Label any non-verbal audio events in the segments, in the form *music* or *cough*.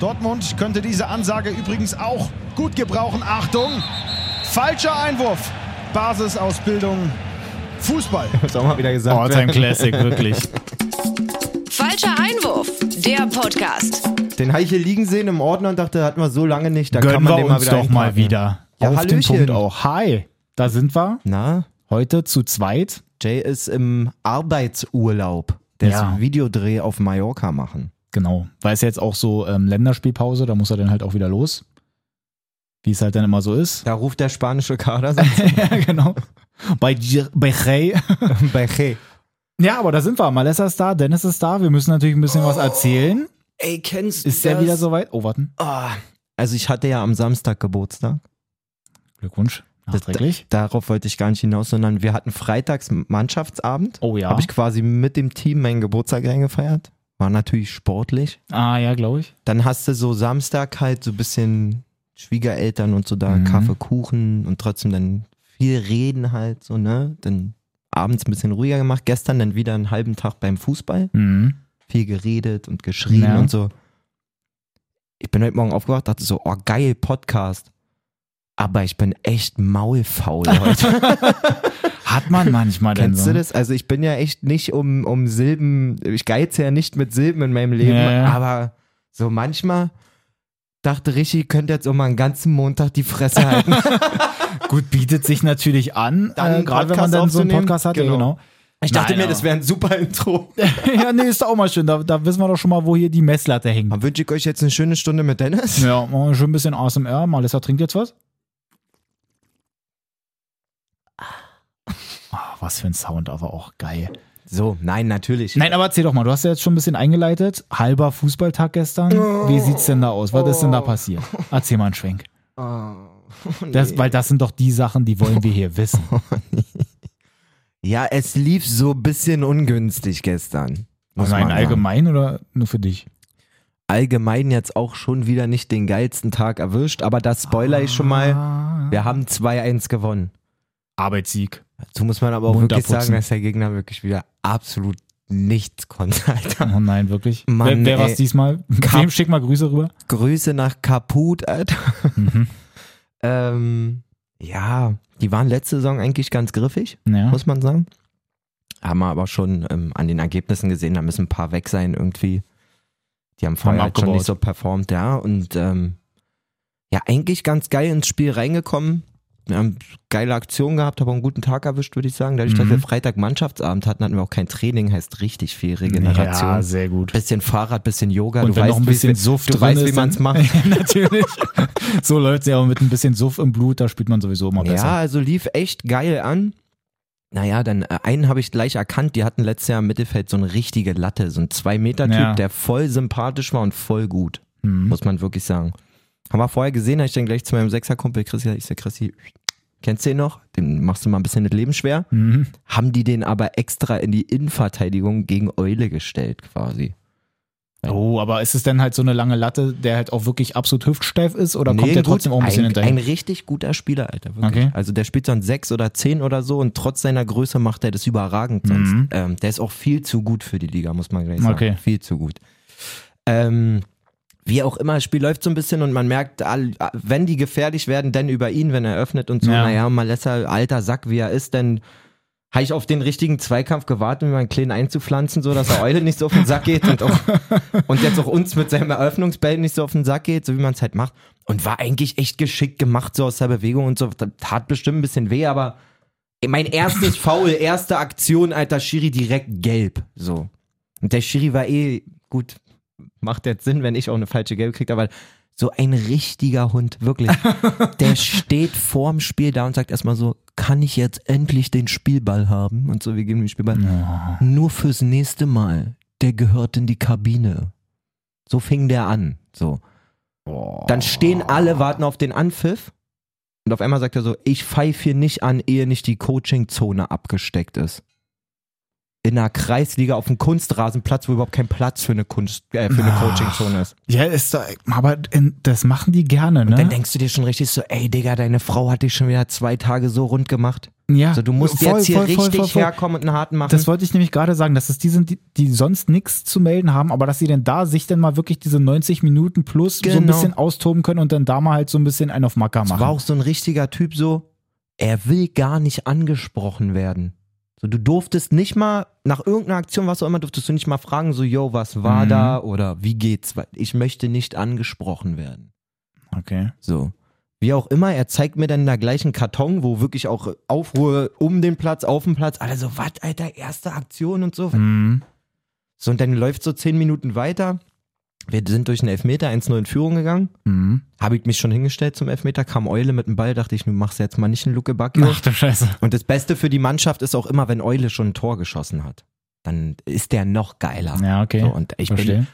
Dortmund könnte diese Ansage übrigens auch gut gebrauchen. Achtung, falscher Einwurf. Basisausbildung *laughs* Fußball. Muss auch mal wieder gesagt Alltime Classic, wirklich. Falscher Einwurf, der Podcast. Den habe ich hier liegen sehen im Ordner und dachte, hatten wir so lange nicht. Da kann Gönnen man wir den uns mal wieder doch mal einpacken. wieder. Ja, Auf den Hallöchen. Punkt auch. Hi, da sind wir. Na, Heute zu zweit. Jay ist im Arbeitsurlaub. Der Ja. ist Videodreh auf Mallorca machen. Genau. Weil es jetzt auch so ähm, Länderspielpause, da muss er dann halt auch wieder los. Wie es halt dann immer so ist. *laughs* Da ruft der spanische Kader sein. ja, genau. Bei, Gir- bei Rey. *laughs* Beche. Ja, aber da sind wir. Malessa ist da, Dennis ist da. Wir müssen natürlich ein bisschen was erzählen. Ey, kennst Ist der wieder soweit? Oh, warten. Ah. Also ich hatte ja am Samstag Geburtstag. Glückwunsch. Nachträglich. Darauf wollte ich gar nicht hinaus, sondern wir hatten freitags Mannschaftsabend. Oh ja. Habe ich quasi mit dem Team meinen Geburtstag reingefeiert. War natürlich sportlich. ah, ja, glaube ich. Dann hast du so Samstag halt so ein bisschen Schwiegereltern und so da, Mhm. Kaffee, Kuchen und trotzdem dann viel reden halt so, ne? Dann abends ein bisschen ruhiger gemacht. Gestern dann wieder einen halben Tag beim Fußball. Mhm. Viel geredet und geschrien Ja. und so. Ich bin heute Morgen aufgewacht, dachte so, oh geil, Podcast. Aber ich bin *laughs* echt maulfaul heute. Hat man manchmal denn Kennst so. du das? Also ich bin ja echt nicht um, um Silben, ich geiz ja nicht mit Silben in meinem Leben, Ja, ja. aber so manchmal dachte Richie, könnte jetzt auch mal einen ganzen Montag die Fresse *laughs* halten. Gut, bietet sich natürlich an, Dann äh, einen gerade wenn man Podcast dann so einen aufzunehmen. Podcast hat. ja, Genau. Ich dachte Nein, mir, das wäre ein super Intro. genau. ja, *laughs* nee, ist doch auch mal schön. Da, da wissen wir doch schon mal, wo hier die Messlatte hängt. Dann wünsche ich euch jetzt eine schöne Stunde mit Dennis. Ja, machen wir schön ein bisschen ASMR. Malissa trinkt jetzt was. Ah, was für ein Sound, aber auch geil. So, nein, natürlich. Nein, aber erzähl doch mal, du hast ja jetzt schon ein bisschen eingeleitet. Halber Fußballtag gestern. Wie sieht's denn da aus? Was ist denn da passiert? Erzähl mal einen Schwenk. Oh, Das, weil das sind doch die Sachen, die wollen wir hier *laughs* wissen. ja, es lief so ein bisschen ungünstig gestern. Muss Nein, man sagen. allgemein oder nur für dich? allgemein jetzt auch schon wieder nicht den geilsten Tag erwischt, aber das spoiler ich schon mal. Ah. Wir haben 2-1 gewonnen. Arbeitssieg. Dazu muss man aber auch Mund wirklich abputzen. sagen, dass der Gegner wirklich wieder absolut nichts konnte, *laughs* Alter. Oh nein, wirklich. *laughs* wer Mann, wer ey. war's diesmal? Kap- Wem schick mal Grüße rüber? Grüße nach Kaput, Alter. Mhm. *laughs* Ähm, ja, die waren letzte Saison eigentlich ganz griffig, Ja. muss man sagen. Hm? Haben wir aber schon ähm, an den Ergebnissen gesehen, da müssen ein paar weg sein irgendwie. Die haben vorher halt schon abgebaut. nicht so performt, ja. Und ähm, ja, eigentlich ganz geil ins Spiel reingekommen. Wir haben geile Aktion gehabt, aber einen guten Tag erwischt, würde ich sagen. Dadurch, dass Mhm. wir Freitag Mannschaftsabend hatten, hatten wir auch kein Training, heißt richtig viel Regeneration. Ja, sehr gut. bisschen Fahrrad, bisschen Yoga. Und du wenn weißt, noch ein wie's- bisschen Suff du drin weißt, ist, wie man es dann- macht. *laughs* Natürlich. so läuft's ja, aber mit ein bisschen Suff im Blut, da spielt man sowieso immer Ja, besser. also lief echt geil an. Naja, dann äh, einen habe ich gleich erkannt, die hatten letztes Jahr im Mittelfeld so eine richtige Latte, so ein Zwei-Meter-Typ, Ja. der voll sympathisch war und voll gut, Mhm. muss man wirklich sagen. Haben wir vorher gesehen, habe ich dann gleich zu meinem Sechserkumpel Chrissy, gesagt, ich sag, Chrissy, kennst du den noch? Dem machst du mal ein bisschen das Leben schwer. Mhm. Haben die den aber extra in die Innenverteidigung gegen Eule gestellt quasi. Oh, aber ist es denn halt so eine lange Latte, der halt auch wirklich absolut hüftsteif ist oder Nee, kommt der gut, trotzdem auch ein bisschen ein, hinterher? ein richtig guter Spieler, Alter, wirklich. Okay. Also der spielt so ein 6 oder 10 oder so und trotz seiner Größe macht er das überragend sonst. Mhm. Ähm, der ist auch viel zu gut für die Liga, muss man gleich sagen. Okay. Viel zu gut. Ähm, wie auch immer, das Spiel läuft so ein bisschen und man merkt, all- wenn die gefährlich werden, dann über ihn, wenn er öffnet und so, Ja. naja, Malessa, alter Sack, wie er ist, dann habe ich auf den richtigen Zweikampf gewartet, um meinen Kleinen einzupflanzen, so dass er Eule nicht so auf den Sack geht und, auch, und jetzt auch uns mit seinem Eröffnungsbell nicht so auf den Sack geht, so wie man es halt macht. Und war eigentlich echt geschickt gemacht, so aus der Bewegung und so. Tat bestimmt ein bisschen weh, aber ey, mein erstes Foul, erste Aktion, alter Schiri, direkt gelb, so. Und der Schiri war eh, gut, macht jetzt Sinn, wenn ich auch eine falsche Gelbe kriege, aber so ein richtiger Hund, wirklich. der steht vorm Spiel da und sagt erstmal so, kann ich jetzt endlich den Spielball haben? Und so, wir geben den Spielball. Ja. Nur fürs nächste Mal, der gehört in die Kabine. So fing der an, so. Dann stehen alle, warten auf den Anpfiff. Und auf einmal sagt er so, ich pfeife hier nicht an, ehe nicht die Coaching-Zone abgesteckt ist. in der Kreisliga auf dem Kunstrasenplatz, wo überhaupt kein Platz für eine Kunst, äh, für eine Ah. Coaching-Zone ist. Ja, ist da, aber in, das machen die gerne, ne? Dann denkst du dir schon richtig so, ey Digga, deine Frau hat dich schon wieder zwei Tage so rund gemacht. ja, Also du musst voll, jetzt hier voll, voll, richtig voll, voll. herkommen und einen harten machen. Das wollte ich nämlich gerade sagen, dass es die sind, die, die sonst nichts zu melden haben, aber dass sie denn da sich dann mal wirklich diese 90 Minuten plus so ein Genau. bisschen austoben können und dann da mal halt so ein bisschen einen auf Macker Das war machen. auch so ein richtiger Typ so, er will gar nicht angesprochen werden. So, du durftest nicht mal, nach irgendeiner Aktion, was auch immer, durftest du nicht mal fragen, so, yo, was war Mhm. da oder wie geht's? wei- Ich möchte nicht angesprochen werden. Okay. So. Wie auch immer, er zeigt mir dann da gleich einen Karton, wo wirklich auch Aufruhe um den Platz, auf dem Platz, alle so, was, Alter, erste Aktion und so. Mhm. So, und dann läuft so zehn Minuten weiter. Wir sind durch einen Elfmeter 1-0 in Führung gegangen. Mhm. Habe ich mich schon hingestellt zum Elfmeter, kam Eule mit dem Ball, dachte ich, nun machst du jetzt mal nicht einen Luke Bacchio. Ach du Scheiße. Und das Beste für die Mannschaft ist auch immer, wenn Eule schon ein Tor geschossen hat. Dann ist der noch geiler. Ja, okay. So, und ich Verstehe. *laughs* bin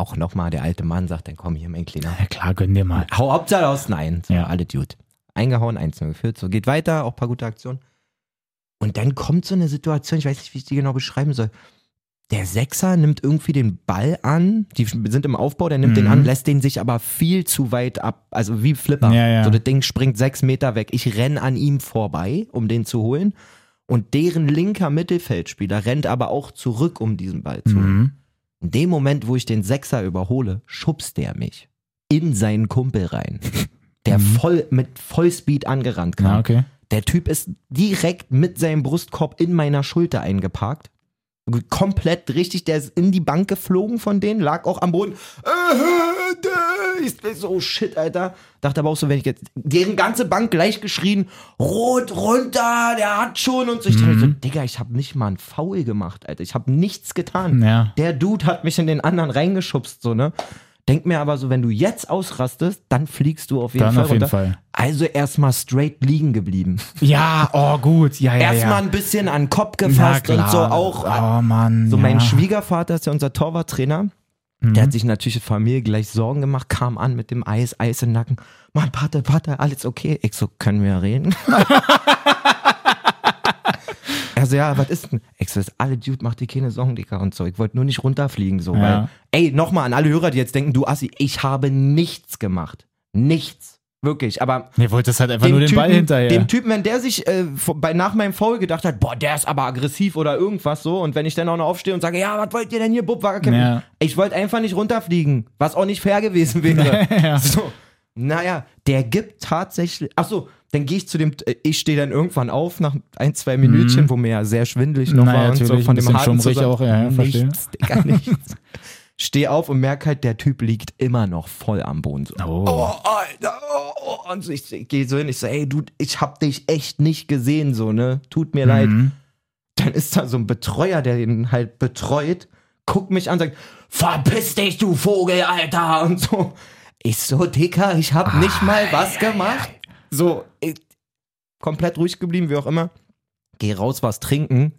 auch nochmal der alte Mann, sagt dann komm hier, mein Kleiner. Ja, klar, gönn dir mal. Hau Hauptsache aus, nein. So, Ja. ja. Alle Dude. Eingehauen, 1-0 geführt. So, geht weiter, auch ein paar gute Aktionen. Und dann kommt so eine Situation, ich weiß nicht, wie ich die genau beschreiben soll. Der Sechser nimmt irgendwie den Ball an, die sind im Aufbau, der nimmt den Mhm. an, lässt den sich aber viel zu weit ab, also wie Flipper. Ja, ja. So, das Ding springt sechs Meter weg. Ich renn an ihm vorbei, um den zu holen. Und deren linker Mittelfeldspieler rennt aber auch zurück, um diesen Ball zu holen. Mhm. In dem Moment, wo ich den Sechser überhole, schubst der mich in seinen *laughs* Kumpel rein, der voll mit Vollspeed angerannt kam. Mhm. Ja, okay. Der Typ ist direkt mit seinem Brustkorb in meiner Schulter eingeparkt. Komplett richtig, der ist in die Bank geflogen von denen, lag auch am Boden. Ich bin so, oh shit, Alter. Dachte aber auch so, wenn ich jetzt, deren ganze Bank gleich geschrien, rot runter, der hat schon und so. Ich dachte so, Mhm. Digga, ich habe nicht mal einen Foul gemacht, Alter. Ich habe nichts getan. Ja. Der Dude hat mich in den anderen reingeschubst, so, ne? Denk mir aber so, wenn du jetzt ausrastest, dann fliegst du auf jeden Dann Fall auf jeden runter. Fall. Also erstmal straight liegen geblieben. Ja, oh gut. Ja, ja, ja. Erstmal ein bisschen an den Kopf Na gefasst klar. und so auch. Oh Mann. ja. So Mhm. mein Schwiegervater ist ja unser Torwarttrainer. Der hat sich natürlich in Familie gleich Sorgen gemacht, kam an mit dem Eis, Eis im Nacken. Mann, Pate, Pate, alles okay. Ich so, können wir *laughs* reden? Also ja, was ist denn? Ich so, ist alle Dude, mach dir keine Sorgen, Dicker und so. Ich wollte nur nicht runterfliegen, so. Ja. Weil, ey, nochmal an alle Hörer, die jetzt denken, du Assi, ich habe nichts gemacht. Nichts. Wirklich. Aber Nee, wolltest halt einfach nur den Typen, Ball hinterher. Dem Typen, wenn der sich äh, vor- bei, nach meinem Foul gedacht hat, boah, der ist aber aggressiv oder irgendwas so, und wenn ich dann auch noch aufstehe und sage, ja, was wollt ihr denn hier, Bub, war gar kein Ja. Ich wollte einfach nicht runterfliegen, was auch nicht fair gewesen wäre. *laughs* ja. so. Naja, der gibt tatsächlich. Ach so, dann gehe ich zu dem. äh, Ich stehe dann irgendwann auf nach ein, zwei Minütchen, wo mir ja sehr schwindelig noch Mhm. Na, war und so natürlich, von ein dem bisschen harten schummrig Zusatz. auch, ja, ja, verstehe. nichts, Digga, nichts. Stehe auf und merke halt, der Typ liegt immer noch voll am Boden. So Oh. oh, Alter, oh, oh. Und so, ich, ich gehe so hin, ich so, ey, du, ich hab dich echt nicht gesehen, so, ne? Tut mir leid. Mhm. Dann ist da so ein Betreuer, der den halt betreut, guckt mich an, sagt, verpiss dich, du Vogel, Alter, und so. Ich so, Dicker, ich hab nicht mal was gemacht. So, ich, komplett ruhig geblieben, wie auch immer. Geh raus, was trinken.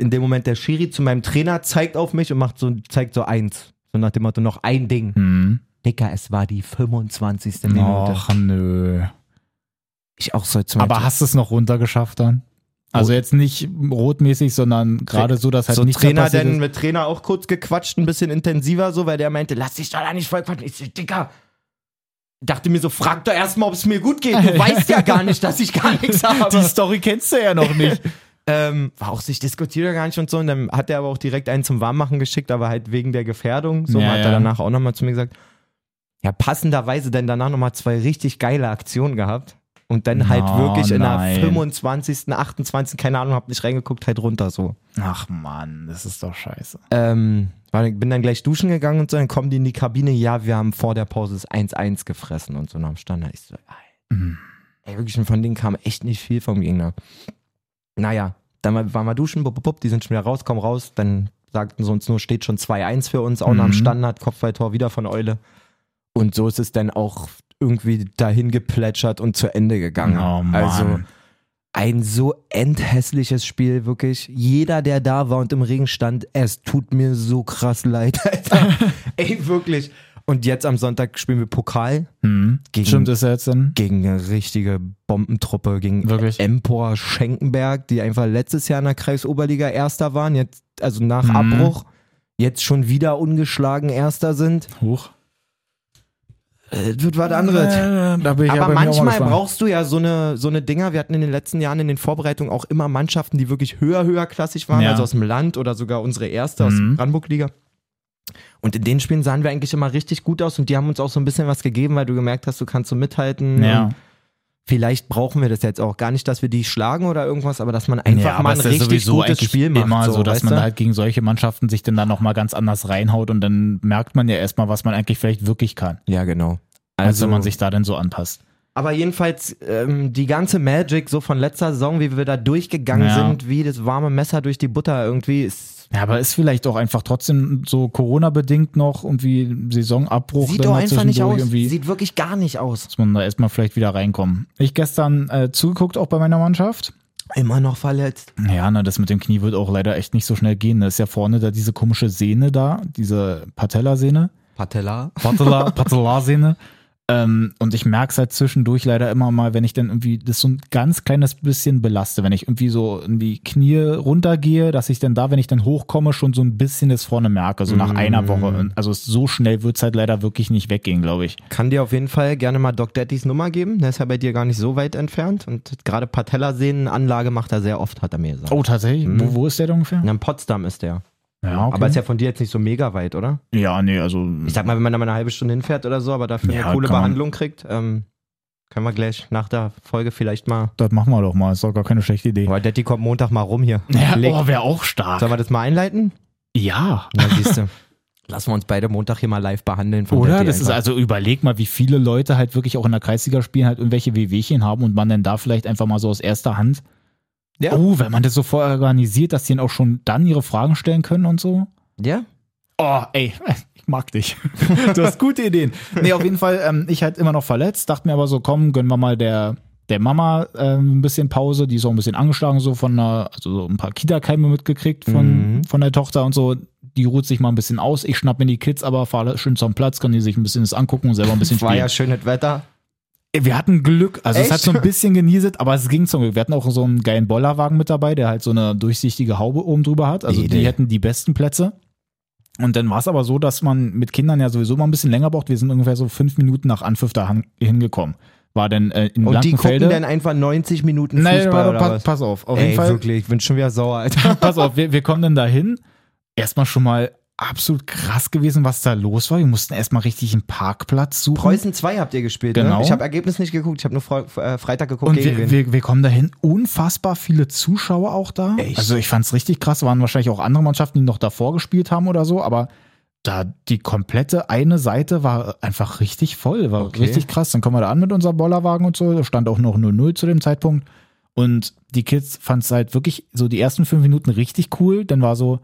In dem Moment der Schiri zu meinem Trainer zeigt auf mich und macht so, zeigt so eins. So nach dem Motto, noch ein Ding. Mhm. Dicker, es war die 25. Minute. Och, nö. Ich auch soll zum Aber hast du es noch runtergeschafft dann? Also jetzt nicht rotmäßig, sondern gerade so, dass halt so nichts Trainer passiert denn ist. mit Trainer auch kurz gequatscht, ein bisschen intensiver so, weil der meinte, lass dich doch da nicht voll quatschen. Ich so, Dicker. Dachte mir so, frag doch erstmal, ob es mir gut geht. *laughs* Du weißt ja gar nicht, dass ich gar *laughs* nichts Die habe. Story kennst du ja noch nicht. Ähm, war auch sich diskutiert ja gar nicht und so. Und dann hat er aber auch direkt einen zum Warmmachen geschickt, aber halt wegen der Gefährdung. So Ja, hat ja. er danach auch nochmal zu mir gesagt. Ja, passenderweise dann danach nochmal zwei richtig geile Aktionen gehabt. Und dann halt Oh, wirklich in nein. der 25., 28., keine Ahnung, hab nicht reingeguckt, halt runter so. *laughs* Ach man, das ist doch scheiße. Ähm, war- bin dann gleich duschen gegangen und so, dann kommen die in die Kabine, ja, wir haben vor der Pause das 1-1 gefressen und so nach dem Standard. Ich so, ey, ey wirklich, und von denen kam echt nicht viel vom Gegner. Naja, dann war- waren wir duschen, bup, bup, bup, die sind schon wieder raus, komm raus, dann sagten sie uns nur, steht schon 2-1 für uns, auch nach dem Mhm. Standard, Kopfballtor wieder von Eule. Und so ist es dann auch irgendwie dahin geplätschert und zu Ende gegangen. Oh, Mann. Also ein so enthässliches Spiel, wirklich. Jeder, *laughs* der *laughs* da war und im Regen stand, es tut mir so krass leid, Alter. Ey, wirklich. Und jetzt am Sonntag spielen wir Pokal Hm. Gegen- Stimmt, ist er jetzt dann. gegen eine richtige Bombentruppe, gegen Wirklich? Empor Schenkenberg, die einfach letztes Jahr in der Kreisoberliga Erster waren, jetzt, also nach Mhm. Abbruch, jetzt schon wieder ungeschlagen Erster sind. Hoch. Äh, wird was Äh, da bin ich Aber bin ich auch mal manchmal gespannt. brauchst du ja so eine, so eine Dinger. Wir hatten in den letzten Jahren in den Vorbereitungen auch immer Mannschaften, die wirklich höher, höher klassig waren, Ja. also aus dem Land oder sogar unsere erste aus Mhm. der Brandenburg-Liga. Und in den Spielen sahen wir eigentlich immer richtig gut aus und die haben uns auch so ein bisschen was gegeben, weil du gemerkt hast, du kannst so mithalten. Ja. Und Vielleicht brauchen wir das jetzt auch gar nicht, dass wir die schlagen oder irgendwas, aber dass man einfach aber mal ein es ist richtig sowieso gutes eigentlich Spiel macht. Immer so, dass weißt man du? da halt gegen solche Mannschaften sich dann da nochmal ganz anders reinhaut und dann merkt man ja erstmal, was man eigentlich vielleicht wirklich kann, ja, genau. als wenn man sich da dann so anpasst. Aber jedenfalls ähm, die ganze Magic so von letzter Saison, wie wir da durchgegangen Ja. sind, wie das warme Messer durch die Butter irgendwie ist. Ja, aber ist vielleicht auch einfach trotzdem so Corona-bedingt noch irgendwie Saisonabbruch. Sieht dann doch mal einfach nicht zwischendurch aus. Irgendwie. Sieht wirklich gar nicht aus. muss man da erstmal vielleicht wieder reinkommen. Ich gestern äh, zugeguckt auch bei meiner Mannschaft. Immer noch verletzt. Ja, ne, das mit dem Knie wird auch leider echt nicht so schnell gehen. Da ist ja vorne da diese komische Sehne da, diese Patellasehne. Patella. Patella, Patellasehne. Ähm, und ich merke es halt zwischendurch leider immer mal, wenn ich dann irgendwie das so ein ganz kleines bisschen belaste, wenn ich irgendwie so in die Knie runtergehe, dass ich dann da, wenn ich dann hochkomme, schon so ein bisschen das vorne merke, so Mm. nach einer Woche. Also es- so schnell wird's halt leider wirklich nicht weggehen, glaube ich. Kann dir auf jeden Fall gerne mal Doc Daddys Nummer geben. Der ist ja bei dir gar nicht so weit entfernt. Und gerade Patella-Sehnen-Anlage macht er sehr oft, hat er mir gesagt. Oh, tatsächlich? Wo, wo ist der denn ungefähr? Und in Potsdam ist der. Ja, okay. Aber ist ja von dir jetzt nicht so mega weit, oder? ja, nee, also Ich sag mal, wenn man da mal eine halbe Stunde hinfährt oder so, aber dafür Ja, eine coole kann man. Behandlung kriegt, ähm, können wir gleich nach der Folge vielleicht mal. das machen wir doch mal. Ist doch gar keine schlechte Idee. Aber Daddy kommt Montag mal rum hier. Leg- wäre auch stark. Sollen wir das mal einleiten? ja. Na, siehst du. *laughs* Lassen wir uns beide Montag hier mal live behandeln. Von Oder? Daddy Das ist einfach. also, überleg mal, wie viele Leute halt wirklich auch in der Kreisliga spielen, halt irgendwelche WWchen haben und man dann da vielleicht einfach mal so aus erster Hand. Ja. Oh, wenn man das so vorher organisiert, dass die dann auch schon dann ihre Fragen stellen können und so. Ja? Oh, ey, *laughs* ich mag dich. *laughs* Du hast gute Ideen. Nee, auf jeden Fall, ähm, ich halt immer noch verletzt, dachte mir aber so, komm, gönnen wir mal der, der Mama ähm, ein bisschen Pause, die ist auch ein bisschen angeschlagen, so von einer, also so ein paar Kita-Keime mitgekriegt von, Mhm. von der Tochter und so. Die ruht sich mal ein bisschen aus. Ich schnapp mir die Kids, aber fahre schön zum Platz, können die sich ein bisschen das angucken und selber ein bisschen War spielen. ja schönes Wetter. Ey, Wir hatten Glück. Also es Echt? hat so ein bisschen genieset, aber es ging zum Glück. Wir hatten auch so einen geilen Bollerwagen mit dabei, der halt so eine durchsichtige Haube oben drüber hat. Also Edel. die hätten die besten Plätze. Und dann war es aber so, dass man mit Kindern ja sowieso mal ein bisschen länger braucht. Wir sind ungefähr so fünf Minuten nach Anpfiff da han- hingekommen. War dann äh, in Und die gucken dann Blankenfelde. einfach 90 Minuten Nein, Fußball warte, oder pass, was? pass auf. Auf Ey, jeden Fall. wirklich, ich bin schon wieder *laughs* sauer, Alter. Pass auf, wir, wir kommen dann dahin. Erstmal schon mal absolut krass gewesen, was da los war. Wir mussten erstmal richtig einen Parkplatz suchen. Preußen 2 habt ihr gespielt, Genau. ne? Ich habe Ergebnis nicht geguckt, ich habe nur Fre äh, Freitag geguckt Und gegen wir, wen. wir, wir kommen dahin, unfassbar viele Zuschauer auch da. Echt? Also ich fand's richtig krass, waren wahrscheinlich auch andere Mannschaften, die noch davor gespielt haben oder so, aber da die komplette eine Seite war einfach richtig voll, war Okay. richtig krass. Dann kommen wir da an mit unserem Bollerwagen und so, da stand auch noch 0-0 zu dem Zeitpunkt. Und die Kids fanden's halt wirklich so die ersten fünf Minuten richtig cool, dann war so,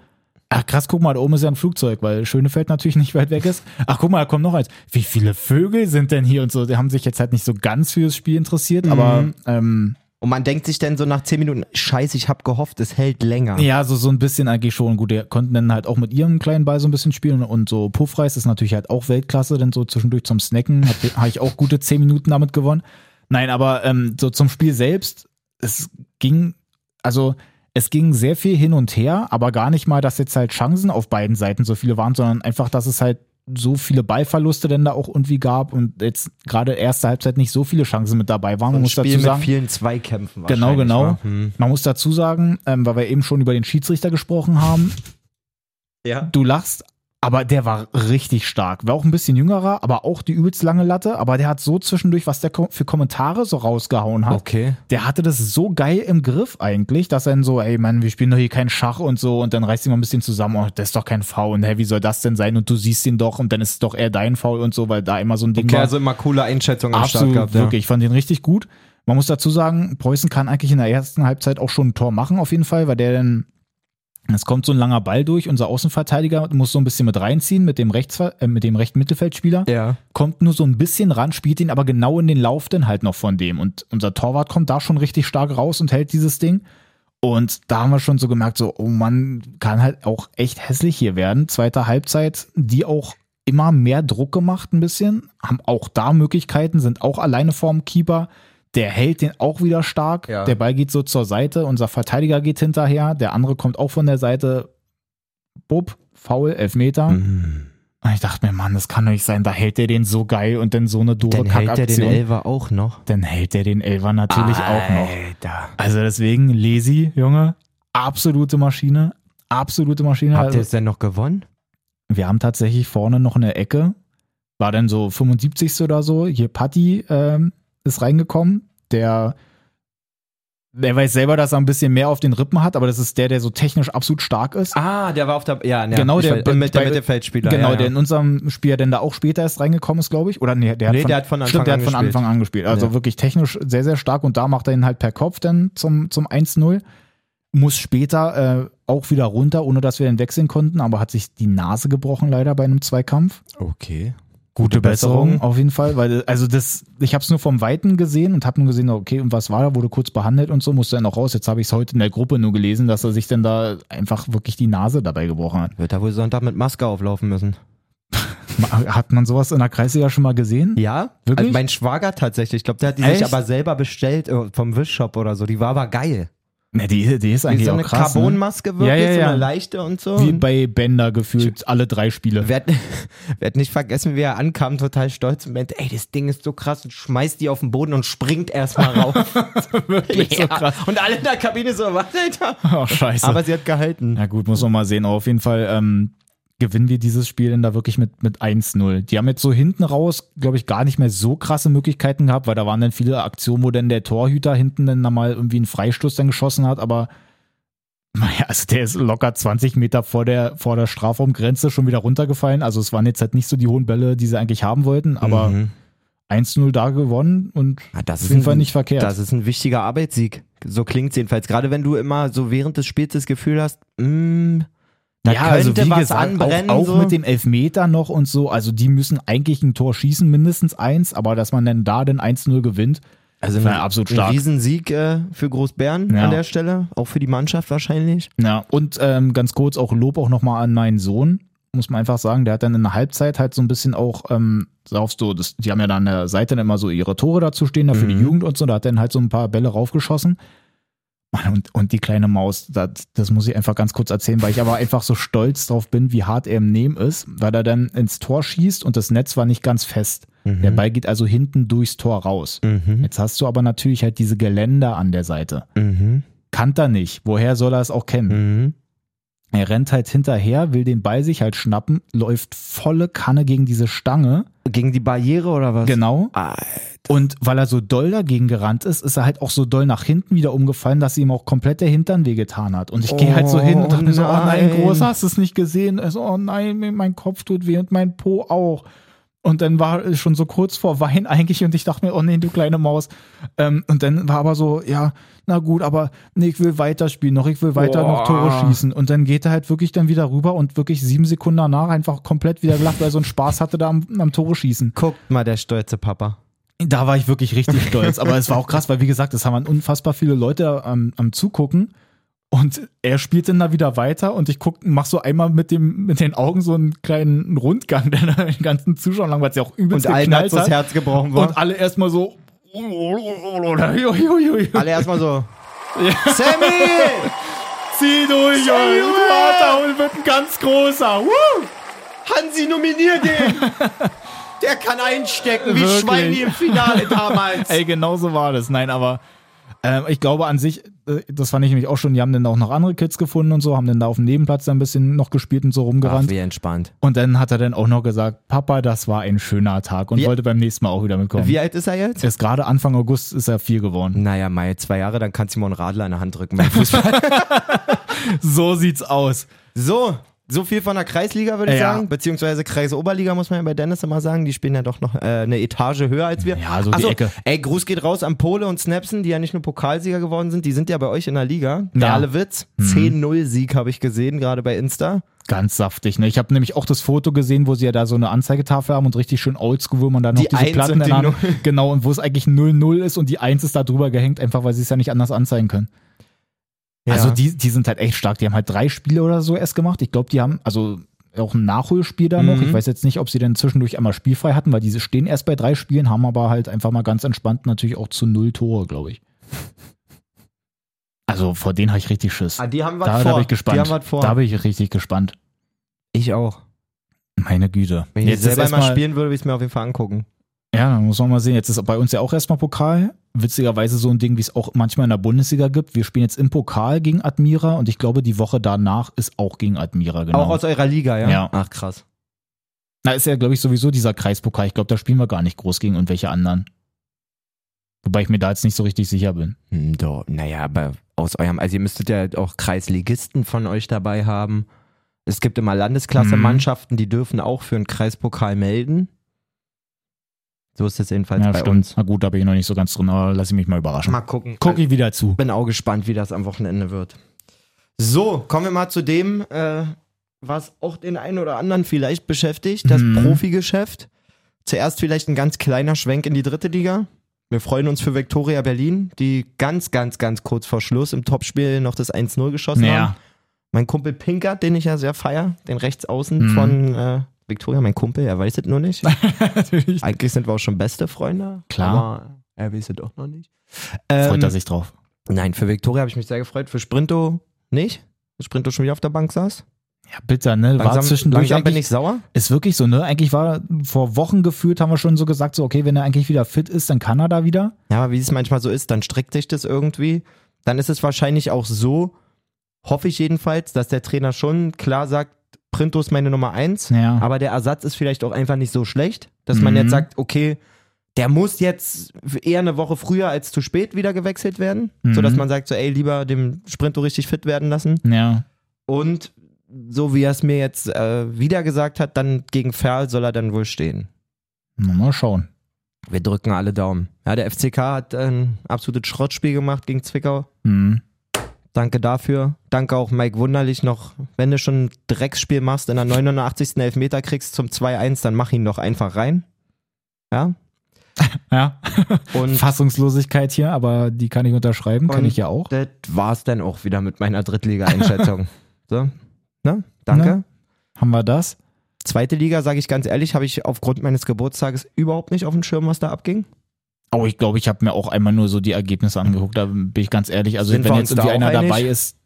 Ach krass, guck mal, da oben ist ja ein Flugzeug, weil Schönefeld natürlich *laughs* nicht weit weg ist. Ach guck mal, da kommt noch eins. Wie viele Vögel sind denn hier und so? Die haben sich jetzt halt nicht so ganz fürs Spiel Mhm. interessiert, aber ähm, Und man denkt sich dann so nach 10 Minuten, scheiße, ich habe gehofft, es hält länger. ja, so, so ein bisschen eigentlich schon. Gut, die konnten dann halt auch mit ihrem kleinen Ball so ein bisschen spielen und so Puffreis ist natürlich halt auch Weltklasse, denn so zwischendurch zum Snacken *laughs* habe hab ich auch gute 10 Minuten damit gewonnen. Nein, aber ähm, so zum Spiel selbst, es ging, also es ging sehr viel hin und her, aber gar nicht mal, dass jetzt halt Chancen auf beiden Seiten so viele waren, sondern einfach, dass es halt so viele Ballverluste denn da auch irgendwie gab und jetzt gerade erste Halbzeit nicht so viele Chancen mit dabei waren. Man Ein muss Spiel dazu sagen, mit vielen Zweikämpfen Genau, wahrscheinlich, genau. wa? Hm. Man muss dazu sagen, ähm, weil wir eben schon über den Schiedsrichter gesprochen *laughs* haben, Ja. du lachst, aber der war richtig stark. War auch ein bisschen jüngerer, aber auch die übelst lange Latte. Aber der hat so zwischendurch, was der ko- für Kommentare so rausgehauen hat, Okay. der hatte das so geil im Griff eigentlich, dass er dann so, ey Mann, wir spielen doch hier keinen Schach und so und dann reißt ihn mal ein bisschen zusammen, oh, das ist doch kein Foul und hey, wie soll das denn sein und du siehst ihn doch und dann ist es doch eher dein Foul und so, weil da immer so ein Ding Okay, war. also immer coole Einschätzungen am Start Absolut, gehabt. ne? wirklich. Ich fand den richtig gut. Man muss dazu sagen, Preußen kann eigentlich in der ersten Halbzeit auch schon ein Tor machen, auf jeden Fall, weil der dann, es kommt so ein langer Ball durch, unser Außenverteidiger muss so ein bisschen mit reinziehen mit dem, Rechtsver äh, mit dem rechten Mittelfeldspieler, Ja. ja. kommt nur so ein bisschen ran, spielt ihn aber genau in den Lauf dann halt noch von dem. Und unser Torwart kommt da schon richtig stark raus und hält dieses Ding. Und da haben wir schon so gemerkt, so, oh Mann, kann halt auch echt hässlich hier werden. Zweite Halbzeit, die auch immer mehr Druck gemacht ein bisschen, haben auch da Möglichkeiten, sind auch alleine vorm Keeper. Der hält den auch wieder stark. Ja. Der Ball geht so zur Seite, unser Verteidiger geht hinterher, der andere kommt auch von der Seite. Bub, faul, Elfmeter. Mhm. Und Ah, ich dachte mir, Mann, das kann doch nicht sein. Da hält der den so geil und dann so eine doofe Dann hält er den Kackaktion. Elfer auch noch. dann hält der den Elfer natürlich auch noch. Alter. Also deswegen, Lesi, Junge, absolute Maschine. Absolute Maschine. Habt Also, ihr es denn noch gewonnen? wir haben tatsächlich vorne noch eine Ecke. War dann so 75. oder so. Hier Patti ähm, ist reingekommen. Der, der weiß selber, dass er ein bisschen mehr auf den Rippen hat, aber das ist der, der so technisch absolut stark ist. Ah, der war auf der. Ja, ja Genau, ich der- weiß, äh, mit, der bei- Mittelfeldspieler. genau, ja, der ja. in unserem Spiel ja dann da auch später erst reingekommen ist, glaube ich. Oder nee, der hat, Nee, von, der hat von Anfang stimmt, der an hat von gespielt. Anfang an gespielt. Also Ja. wirklich technisch sehr, sehr stark und da macht er ihn halt per Kopf dann zum, zum 1-0. Muss später äh, auch wieder runter, ohne dass wir ihn wechseln konnten, aber hat sich die Nase gebrochen leider bei einem Zweikampf. Okay. Gute Besserung. Auf jeden Fall, weil also das, ich habe es nur vom Weiten gesehen und habe nur gesehen, okay, und was war da, wurde kurz behandelt und so, musste dann auch raus. Jetzt habe ich es heute in der Gruppe nur gelesen, dass er sich dann da einfach wirklich die Nase dabei gebrochen hat. Wird er wohl Sonntag mit Maske auflaufen müssen. Ma- Hat man sowas in der Kreisliga schon mal gesehen? Ja? Wirklich? Also mein Schwager tatsächlich. Ich glaube, der hat die sich Echt? aber selber bestellt äh, vom Wish-Shop oder so. Die war aber geil. Ne, die, die ist Wie eigentlich so auch eine krass. ne? Carbonmaske wirklich, Ja, ja, ja. so eine leichte und so. Wie Und- bei Bender gefühlt alle drei Spiele. *laughs* Werd, *laughs* werd nicht vergessen, wie er ankam, total stolz und meinte, ey, das Ding ist so krass und schmeißt die auf den Boden und springt erstmal *laughs* rauf. Wirklich so krass. Und alle in der Kabine so, was, *laughs* Alter? Oh, scheiße. Aber sie hat gehalten. Na gut, muss man mal sehen. Aber auf jeden Fall ähm, gewinnen wir dieses Spiel dann da wirklich mit, mit 1-0. Die haben jetzt so hinten raus, glaube ich, gar nicht mehr so krasse Möglichkeiten gehabt, weil da waren dann viele Aktionen, wo dann der Torhüter hinten dann da mal irgendwie einen Freistoß dann geschossen hat, aber naja, also der ist locker 20 Meter vor der, vor der Strafraumgrenze schon wieder runtergefallen. Also es waren jetzt halt nicht so die hohen Bälle, die sie eigentlich haben wollten, aber Mhm. 1-0 da gewonnen und Ja, Ah, das auf jeden Fall nicht verkehrt. Das ist ein wichtiger Arbeitssieg. So klingt's jedenfalls. Gerade wenn du immer so während des Spiels das Gefühl hast, mm, da könnte was anbrennen. also Auch, auch so. mit dem Elfmeter noch und so. Also die müssen eigentlich ein Tor schießen, mindestens eins, aber dass man dann da den 1-0 gewinnt. also Na, absolut stark. Ein Riesensieg äh, für Großbären Ja. an der Stelle, auch für die Mannschaft wahrscheinlich. Ja, und ähm, ganz kurz auch Lob auch nochmal an meinen Sohn, muss man einfach sagen. Der hat dann in der Halbzeit halt so ein bisschen auch, ähm, sagst du, das, die haben ja da an der Seite dann immer so ihre Tore dazu stehen, da für die Jugend und so. Da hat dann halt so ein paar Bälle raufgeschossen. Mann, und, und die kleine Maus, das, das muss ich einfach ganz kurz erzählen, weil ich aber einfach so stolz drauf bin, wie hart er im Nehmen ist, weil er dann ins Tor schießt und das Netz war nicht ganz fest. Der Ball geht also hinten durchs Tor raus. Mhm. Jetzt hast du aber natürlich halt diese Geländer an der Seite. Kannte er nicht. Woher soll er es auch kennen? Er rennt halt hinterher, will den Ball sich halt schnappen, läuft volle Kanne gegen diese Stange. Gegen die Barriere oder was? Genau. Ah, Und weil er so doll dagegen gerannt ist, ist er halt auch so doll nach hinten wieder umgefallen, dass ihm auch komplett der Hintern wehgetan hat. Und ich gehe halt so hin und dachte mir so, oh nein, nein. groß, hast du es nicht gesehen? Also, oh nein, mir- mein Kopf tut weh und mein Po auch. Und dann war es schon so kurz vor Wein eigentlich und ich dachte mir, oh nee, du kleine Maus. Ähm, und dann war aber so, ja, na gut, aber nee, ich will weiterspielen noch, ich will weiter noch Tore schießen. Und dann geht er halt wirklich dann wieder rüber und wirklich sieben Sekunden danach einfach komplett wieder gelacht, weil er so einen Spaß hatte da am, am Tore schießen. Guckt mal, der stolze Papa. Da war ich wirklich richtig *laughs* stolz. Aber es war auch krass, weil wie gesagt, es haben unfassbar viele Leute am, am Zugucken. Und er spielt dann da wieder weiter und ich guck, mach so einmal mit dem, mit den Augen so einen kleinen Rundgang *laughs* dann den ganzen Zuschauern lang, weil es ja auch übelst Und allen hat geknallt so das hat. Herz gebrochen worden. Und alle erstmal so. *laughs* Alle erstmal so. *laughs* Sammy! Zieh durch, ey, Junge! Vater, und wird ein ganz großer. Woo! Hansi, nominier den! Der kann einstecken, Wirklich. Finale *laughs* damals. Ey, genau so war das. Nein, aber ähm, ich glaube an sich, äh, das fand ich nämlich auch schon, die haben dann auch noch andere Kids gefunden und so, haben dann da auf dem Nebenplatz dann ein bisschen noch gespielt und so Ach, rumgerannt. wie entspannt. und dann hat er dann auch noch gesagt, Papa, das war ein schöner Tag und Wie- wollte beim nächsten Mal auch wieder mitkommen. Wie alt ist er jetzt? Erst gerade Anfang August ist er vier geworden. Naja, Mai, zwei Jahre, dann kannst du ihm mal einen Radler in der Hand drücken beim Fußball. So sieht's aus. *laughs* so, so viel von der Kreisliga, würde ich Ja. sagen. Beziehungsweise Kreisoberliga, muss man ja bei Dennis immer sagen. Die spielen ja doch noch äh, eine Etage höher als wir. Ja, so die Ach Ecke. Ey, Gruß geht raus an Pole und Snapsen, die ja nicht nur Pokalsieger geworden sind, die sind ja Mhm. bei euch in der Liga. Ja. Dahlewitz, 10-0-Sieg habe ich gesehen, gerade bei Insta. Ganz saftig, ne? Ich habe nämlich auch das Foto gesehen, wo sie ja da so eine Anzeigetafel haben und richtig schön oldschool, wo man da noch Die diese Eins Platten und dann die hat. Null. Genau, und wo es eigentlich 0-0 ist und die 1 ist da drüber gehängt, einfach weil sie es ja nicht anders anzeigen können. Also die, die sind halt echt stark. Die haben halt drei Spiele oder so erst gemacht. Ich glaube, die haben, also auch ein Nachholspiel da noch. Ich Mhm. weiß jetzt nicht, ob sie denn zwischendurch einmal spielfrei hatten, weil diese stehen erst bei drei Spielen, haben aber halt einfach mal ganz entspannt natürlich auch zu null Tore, glaube ich. Also vor denen habe ich richtig Schiss. Ah, die haben was Da, vor. da bin ich gespannt. Die haben was vor. Da bin ich richtig gespannt. ich auch. Meine Güte. Wenn ich Jetzt ist selber mal erstmal- spielen würde, würde ich es mir auf jeden Fall angucken. Ja, dann muss man mal sehen. Jetzt ist bei uns ja auch erstmal Pokal. Witzigerweise so ein Ding, wie es auch manchmal in der Bundesliga gibt. Wir spielen jetzt im Pokal gegen Admira und ich glaube, die Woche danach ist auch gegen Admira, genau. Auch aus eurer Liga, ja? Ja. Ach, krass. Na, ist ja, glaube ich, sowieso dieser Kreispokal. Ich glaube, da spielen wir gar nicht groß gegen irgendwelche anderen. Wobei ich mir da jetzt nicht so richtig sicher bin. Hm, Doch, naja, aber aus eurem, also ihr müsstet ja auch Kreisligisten von euch dabei haben. Es gibt immer Mhm. Landesklasse-Mannschaften, die dürfen auch für einen Kreispokal melden. So ist es jedenfalls ja, bei stimmt. uns. Na gut, da bin ich noch nicht so ganz drin, aber lass ich mich mal überraschen. Mal gucken. Guck ich wieder zu. bin auch gespannt, wie das am Wochenende wird. So, kommen wir mal zu dem, äh, was auch den einen oder anderen vielleicht beschäftigt, das Mhm. Profigeschäft. Zuerst vielleicht ein ganz kleiner Schwenk in die dritte Liga. Wir freuen uns für Viktoria Berlin, die ganz, ganz, ganz kurz vor Schluss im Topspiel noch das 1-0 geschossen haben. Naja, Mein Kumpel Pinkert, den ich ja sehr feier, den Rechtsaußen Mhm. von äh, Viktoria, mein Kumpel, er weiß es nur *laughs* nicht. natürlich. Eigentlich sind wir auch schon beste Freunde. Klar. Aber er weiß es auch noch nicht. Freut Ähm, er sich drauf. Nein, für Viktoria habe ich mich sehr gefreut. Für Sprinto nicht. Dass Sprinto schon wieder auf der Bank saß. Ja, bitter, ne? War Langsam, zwischendurch langsam bin eigentlich- ich sauer. Ist wirklich so, ne? Eigentlich war vor Wochen gefühlt, haben wir schon so gesagt, so, okay, wenn er eigentlich wieder fit ist, dann kann er da wieder. Ja, aber wie es manchmal so ist, dann streckt sich das irgendwie. Dann ist es wahrscheinlich auch so, hoffe ich jedenfalls, dass der Trainer schon klar sagt, Sprinto ist meine Nummer eins. Ja. Aber der Ersatz ist vielleicht auch einfach nicht so schlecht, dass man Mhm. jetzt sagt, okay, der muss jetzt eher eine Woche früher als zu spät wieder gewechselt werden. Mhm. Sodass man sagt, so, ey, lieber dem Sprinto richtig fit werden lassen. ja. Und so wie er es mir jetzt äh, wieder gesagt hat, dann gegen Ferl soll er dann wohl stehen. Mal schauen. Wir drücken alle Daumen. Ja, der FCK hat ein absolutes Schrottspiel gemacht gegen Zwickau. Mhm. Danke dafür. Danke auch Mike Wunderlich noch. Wenn du schon ein Drecksspiel machst, in der 89. Elfmeter kriegst zum 2-1, dann mach ihn doch einfach rein. Ja? Ja. Und Fassungslosigkeit hier, aber die kann ich unterschreiben, kann Und ich ja auch. das war's dann auch wieder mit meiner *laughs* Drittliga-Einschätzung. so, ne? Danke. Ne? Haben wir das? Zweite Liga, sage ich ganz ehrlich, habe ich aufgrund meines Geburtstages überhaupt nicht auf dem Schirm, was da abging. Oh, ich glaube, ich habe mir auch einmal nur so die Ergebnisse angeguckt, da bin ich ganz ehrlich. Also, Sind wenn wir jetzt uns da irgendwie auch einer einig? dabei ist,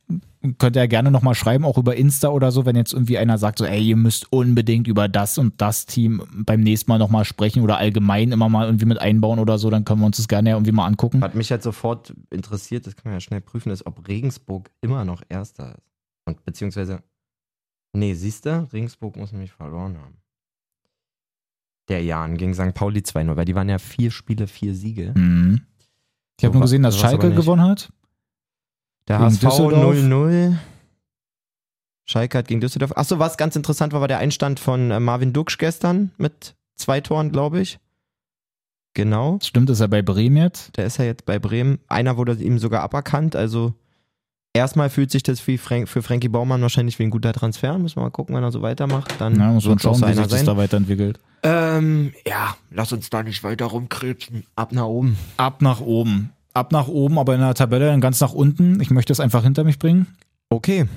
könnt ihr ja gerne nochmal schreiben, auch über Insta oder so, wenn jetzt irgendwie einer sagt, so, ey, ihr müsst unbedingt über das und das Team beim nächsten Mal nochmal sprechen oder allgemein immer mal irgendwie mit einbauen oder so, dann können wir uns das gerne ja irgendwie mal angucken. *laughs* Was mich halt sofort interessiert, das kann man ja schnell prüfen, ist, ob Regensburg immer noch Erster ist. Und beziehungsweise, nee, siehst du, Regensburg muss nämlich verloren haben. Der Jan gegen St. Pauli 2-0, weil die waren ja vier Spiele, vier Siege. Mhm. Ich habe So wa- nur gesehen, dass so war's Schalke aber nicht. gewonnen hat. Der Gegen HSV Düsseldorf. 0-0. Schalke hat gegen Düsseldorf. Achso, was ganz interessant war, war der Einstand von äh, Marvin Duksch gestern mit zwei Toren, glaube ich. Genau. Stimmt, ist er bei Bremen jetzt? Der ist ja jetzt bei Bremen. Einer wurde ihm sogar aberkannt. Also erstmal fühlt sich das wie Frank, für Frankie Baumann wahrscheinlich wie ein guter Transfer. Müssen wir mal gucken, wenn er so weitermacht. Dann Ja, muss man wird's auch schauen, so wie einer sich das sein. da weiterentwickelt. Ähm, ja, lass uns da nicht weiter rumkrebsen. Ab nach oben. Ab nach oben. Ab nach oben, aber in der Tabelle dann ganz nach unten. Ich möchte es einfach hinter mich bringen. Okay,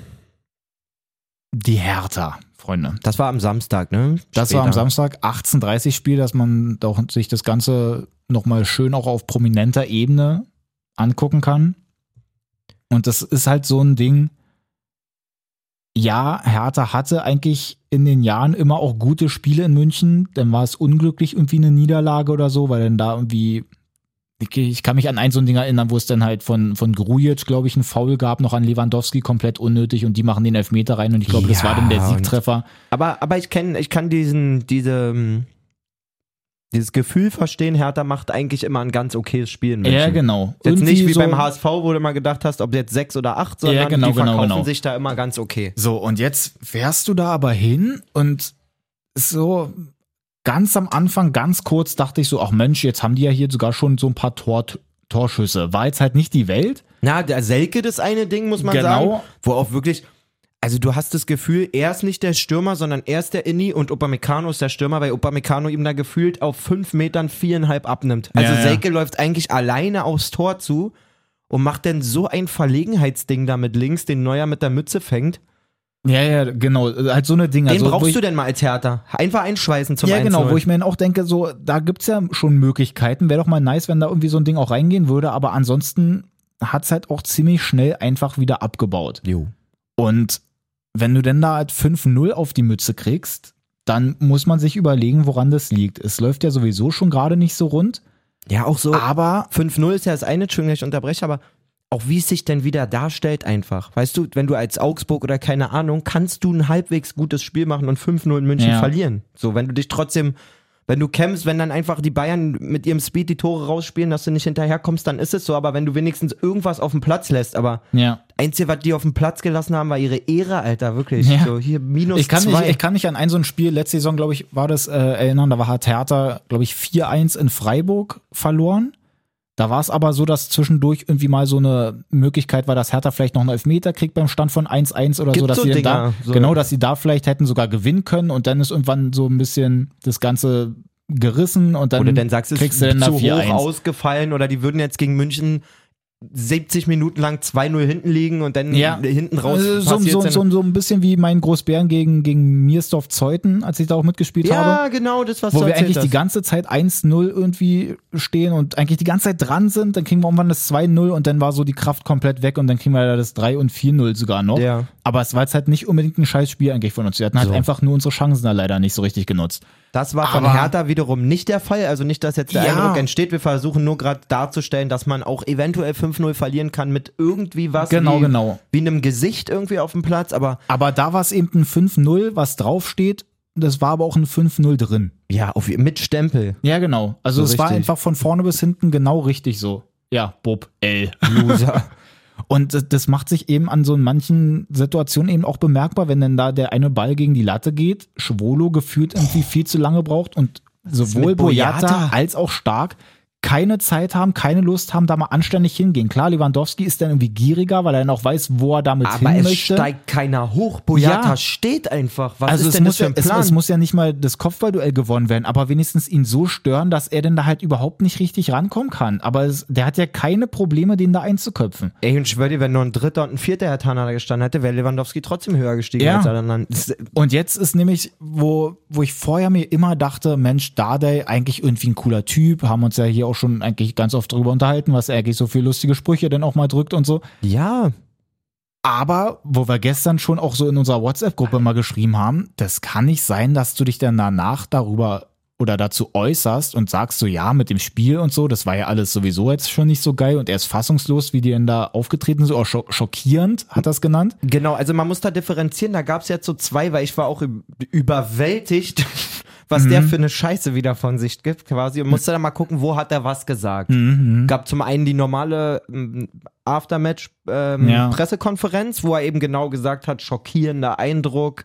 Die Hertha, Freunde. das war am Samstag, ne? Das Später. war am Samstag 18:30 Spiel, dass man auch sich das Ganze nochmal schön auch auf prominenter Ebene angucken kann. Und das ist halt so ein Ding. Ja, Hertha hatte eigentlich in den Jahren immer auch gute Spiele in München. Dann war es unglücklich irgendwie eine Niederlage oder so, weil dann da irgendwie. Ich- Ich kann mich an ein so ein Ding erinnern, wo es dann halt von, von Grujic, glaube ich, einen Foul gab, noch an Lewandowski komplett unnötig und die machen den Elfmeter rein und ich glaube, das Ja, war dann der und- Siegtreffer. Aber, aber ich, kenn, ich kann diesen, diese, ähm, dieses Gefühl verstehen, Hertha macht eigentlich immer ein ganz okayes Spiel in München. Ja, genau. Jetzt nicht Irgendwie wie so- beim HSV, wo du mal gedacht hast, ob jetzt sechs oder acht, sondern Ja, genau, die verkaufen genau, genau. sich da immer ganz okay. So, und jetzt fährst du da aber hin und so ganz am Anfang, ganz kurz dachte ich so, ach Mensch, jetzt haben die ja hier sogar schon so ein paar Tor Torschüsse. War jetzt halt nicht die Welt. Na, der Selke, das eine Ding, muss man Genau. sagen. Wo auch wirklich, also du hast das Gefühl, er ist nicht der Stürmer, sondern er ist der Inni und Upamecano ist der Stürmer, weil Upamecano ihm da gefühlt auf fünf Metern viereinhalb abnimmt. Also Ja, ja. Selke läuft eigentlich alleine aufs Tor zu und macht dann so ein Verlegenheitsding da mit links, den Neuer mit der Mütze fängt. Ja, ja, genau. Halt so eine Dinge. Den also, wo brauchst ich, du denn mal als Härter. Einfach einschweißen zum Ja, 1-0. genau, wo ich mir dann auch denke, so, da gibt's ja schon Möglichkeiten. Wäre doch mal nice, wenn da irgendwie so ein Ding auch reingehen würde, aber ansonsten hat's halt auch ziemlich schnell einfach wieder abgebaut. Jo. Und wenn du denn da halt 5-0 auf die Mütze kriegst, dann muss man sich überlegen, woran das liegt. Es läuft ja sowieso schon gerade nicht so rund, Ja, auch so. aber 5-0 ist ja das eine, Entschuldigung, dass ich unterbreche, aber auch wie es sich denn wieder darstellt einfach. Weißt du, wenn du als Augsburg oder keine Ahnung, kannst du ein halbwegs gutes Spiel machen und 5-0 in München Ja. verlieren. So, wenn du dich trotzdem, wenn du kämpfst, wenn dann einfach die Bayern mit ihrem Speed die Tore rausspielen, dass du nicht hinterherkommst, dann ist es so. Aber wenn du wenigstens irgendwas auf dem Platz lässt, aber ja. einzige, was die auf dem Platz gelassen haben, war ihre Ehre, Alter, wirklich. Ja. So, hier minus Ich kann, mich, zwei. ich kann mich an ein so ein Spiel, letzte Saison, glaube ich, war das, äh, erinnern, da war hat Hertha, glaube ich, 4-1 in Freiburg verloren. Da war es aber so, dass zwischendurch irgendwie mal so eine Möglichkeit war, dass Hertha vielleicht noch einen Elfmeter kriegt beim Stand von 1-1 oder so, Gibt dass so sie dann Dinger, da, so. genau, dass sie da vielleicht hätten sogar gewinnen können und dann ist irgendwann so ein bisschen das Ganze gerissen und dann, Oder dann sagst du, es ist kriegst du zu dann da hoch 4-1. ausgefallen oder die würden jetzt gegen München 70 Minuten lang 2-0 hinten liegen und dann äh, hinten raus Also so, passiert's so, dann- so, so ein bisschen wie mein Großbären gegen, gegen Miersdorf Zeuthen, als ich da auch mitgespielt habe. Ja, genau, das, was wo du wir eigentlich erzählt die hast. ganze Zeit 1-0 irgendwie stehen und eigentlich die ganze Zeit dran sind, dann kriegen wir irgendwann das 2-0 und dann war so die Kraft komplett weg und dann kriegen wir da das 3 und 4-0 sogar noch. Ja. Aber es war jetzt halt nicht unbedingt ein scheiß Spiel eigentlich von uns. Wir hatten halt So. einfach nur unsere Chancen da leider nicht so richtig genutzt. Das war von Aber- Hertha wiederum nicht der Fall. Also nicht, dass jetzt der Ja. Eindruck entsteht. Wir versuchen nur gerade darzustellen, dass man auch eventuell 5-0 verlieren kann mit irgendwie was Genau, wie, genau. wie einem Gesicht irgendwie auf dem Platz. Aber Aber da war es eben ein 5-0, was draufsteht. Das war aber auch ein 5-0 drin. ja, auf, mit Stempel. Ja, genau. Also So es war richtig. einfach von vorne bis hinten genau richtig so. Ja, Bob, L. *laughs* Loser. Und das- das macht sich eben an so manchen Situationen eben auch bemerkbar, wenn dann da der eine Ball gegen die Latte geht, Schwolo gefühlt irgendwie viel zu lange braucht und sowohl mit Boyata? Boyata als auch Stark keine Zeit haben, keine Lust haben, da mal anständig hingehen. Klar, Lewandowski ist dann irgendwie gieriger, weil er dann auch weiß, wo er damit Aber hin es möchte. steigt keiner hoch. Boyata Ja. steht einfach. Was also ist es denn muss, das ja, für ein es, Plan? es muss ja nicht mal das Kopfballduell gewonnen werden, aber wenigstens ihn so stören, dass er denn da halt überhaupt nicht richtig rankommen kann. Aber es, der hat ja keine Probleme, den da einzuköpfen. Ey, und ich schwör dir, wenn noch ein dritter und ein vierter Herr Tanner da gestanden hätte, wäre Lewandowski trotzdem höher gestiegen Ja. als alle anderen. Das- Und jetzt ist nämlich, wo, wo ich vorher mir immer dachte, Mensch, Dardai eigentlich irgendwie ein cooler Typ, haben uns ja hier auch schon eigentlich ganz oft drüber unterhalten, was er eigentlich so viele lustige Sprüche denn auch mal drückt und so. Ja, Aber wo wir gestern schon auch so in unserer WhatsApp-Gruppe mal geschrieben haben, das kann nicht sein, dass du dich dann danach darüber oder dazu äußerst und sagst so, ja, mit dem Spiel und so, das war ja alles sowieso jetzt schon nicht so geil und er ist fassungslos, wie die denn da aufgetreten sind, oder scho schockierend, hat das genannt. genau. Also man muss da differenzieren. Da gab es jetzt so zwei, weil ich war auch üb- überwältigt, *laughs* was Mhm. der für eine Scheiße wieder von sich gibt quasi. Und musste dann mal gucken, wo hat er was gesagt. Mhm, Gab zum einen die normale ähm, Ja. Aftermatch-Pressekonferenz, wo er eben genau gesagt hat, schockierender Eindruck,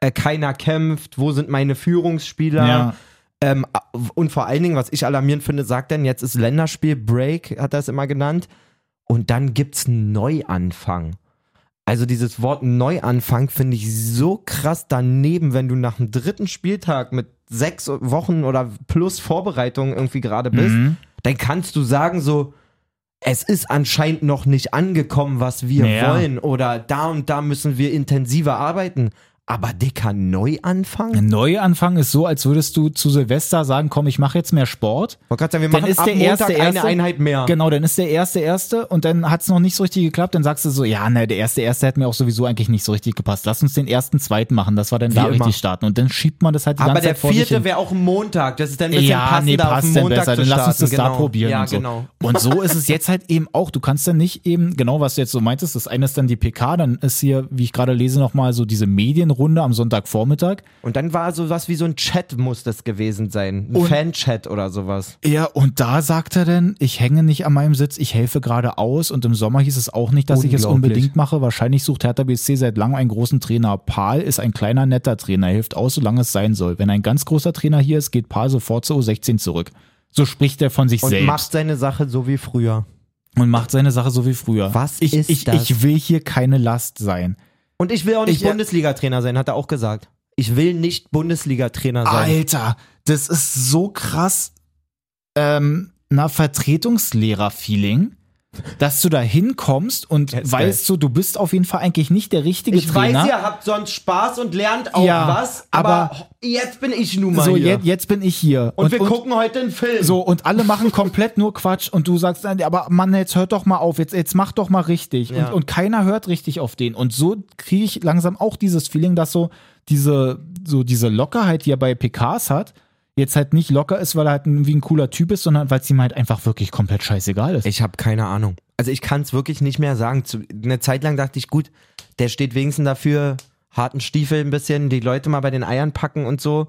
äh, keiner kämpft, wo sind meine Führungsspieler? Ähm, und vor allen Dingen, was ich alarmierend finde, sagt dann, jetzt ist Länderspiel Break, hat er es immer genannt. Und dann gibt's einen Neuanfang. Also dieses Wort Neuanfang finde ich so krass daneben, wenn du nach dem dritten Spieltag mit sechs Wochen oder plus Vorbereitung irgendwie gerade bist, Mhm. dann kannst du sagen so, es ist anscheinend noch nicht angekommen, was wir Ja. wollen oder da und da müssen wir intensiver arbeiten. Aber Dicker, Neuanfang? Ein Neuanfang ist so, als würdest du zu Silvester sagen, komm, ich mache jetzt mehr Sport. Man kann sagen, wir Dann machen ist ab der Montag erste, eine erste- Einheit mehr. Genau, dann ist der erste erste und dann hat's noch nicht so richtig geklappt. Dann sagst du so, ja, ne, der erste erste hat mir auch sowieso eigentlich nicht so richtig gepasst. Lass uns den ersten zweiten machen, dass wir dann da immer. richtig starten. Und dann schiebt man das halt die Aber ganze der Zeit vor sich vierte hin. wäre auch ein Montag. Das ist dann ein bisschen ja, passender nee, auf den passt dann Montag besser. zu Dann lass uns das starten. da Genau. probieren. Ja, und so. genau. Und so ist es jetzt halt eben auch. Du kannst dann nicht eben, genau was du jetzt so meintest, das eine ist dann die PK, dann ist hier, wie ich gerade lese, nochmal so diese Medienrunde am Sonntagvormittag. Und dann war so was wie so ein Chat muss das gewesen sein. Ein Und- Fan-Chat oder sowas. Ja, und da sagt er denn, ich hänge nicht an meinem Sitz, ich helfe gerade aus. Und im Sommer hieß es auch nicht, dass ich es Unglaublich. unbedingt mache. Wahrscheinlich sucht Hertha BSC seit langem einen großen Trainer. Paul ist ein kleiner, netter Trainer, hilft aus, solange es sein soll. Wenn ein ganz großer Trainer hier ist, geht Paul sofort zur U16 zurück. So spricht er von sich Und selbst macht seine Sache so wie früher. und macht seine Sache so wie früher. Was ich, ist ich, das? ich will hier keine Last sein. Und ich will auch nicht Ich, äh, Bundesliga-Trainer sein, hat er auch gesagt. Ich will nicht Bundesliga-Trainer sein. Alter, das ist so krass. Ähm, na, Vertretungslehrer-Feeling. dass du da hinkommst und Jetzt weißt so, du bist auf jeden Fall eigentlich nicht der richtige Ich Trainer. weiß, ihr habt sonst Spaß und lernt auch Ja, was, aber, aber- jetzt bin ich nun mal so, hier. jetzt, jetzt bin ich hier. und, wir gucken heute einen Film. So, und alle machen komplett nur Quatsch und du sagst, dann, aber Mann, jetzt hört doch mal auf, jetzt, jetzt mach doch mal richtig. Ja. Und, und keiner hört richtig auf den. Und so kriege ich langsam auch dieses Feeling, dass so diese, so diese Lockerheit, die er bei PKs hat, jetzt halt nicht locker ist, weil er halt irgendwie ein cooler Typ ist, sondern weil es ihm halt einfach wirklich komplett scheißegal ist. Ich habe keine Ahnung. Also ich kann es wirklich nicht mehr sagen. Zu, eine Zeit lang dachte ich, gut, der steht wenigstens dafür, harten Stiefel ein bisschen, die Leute mal bei den Eiern packen und so.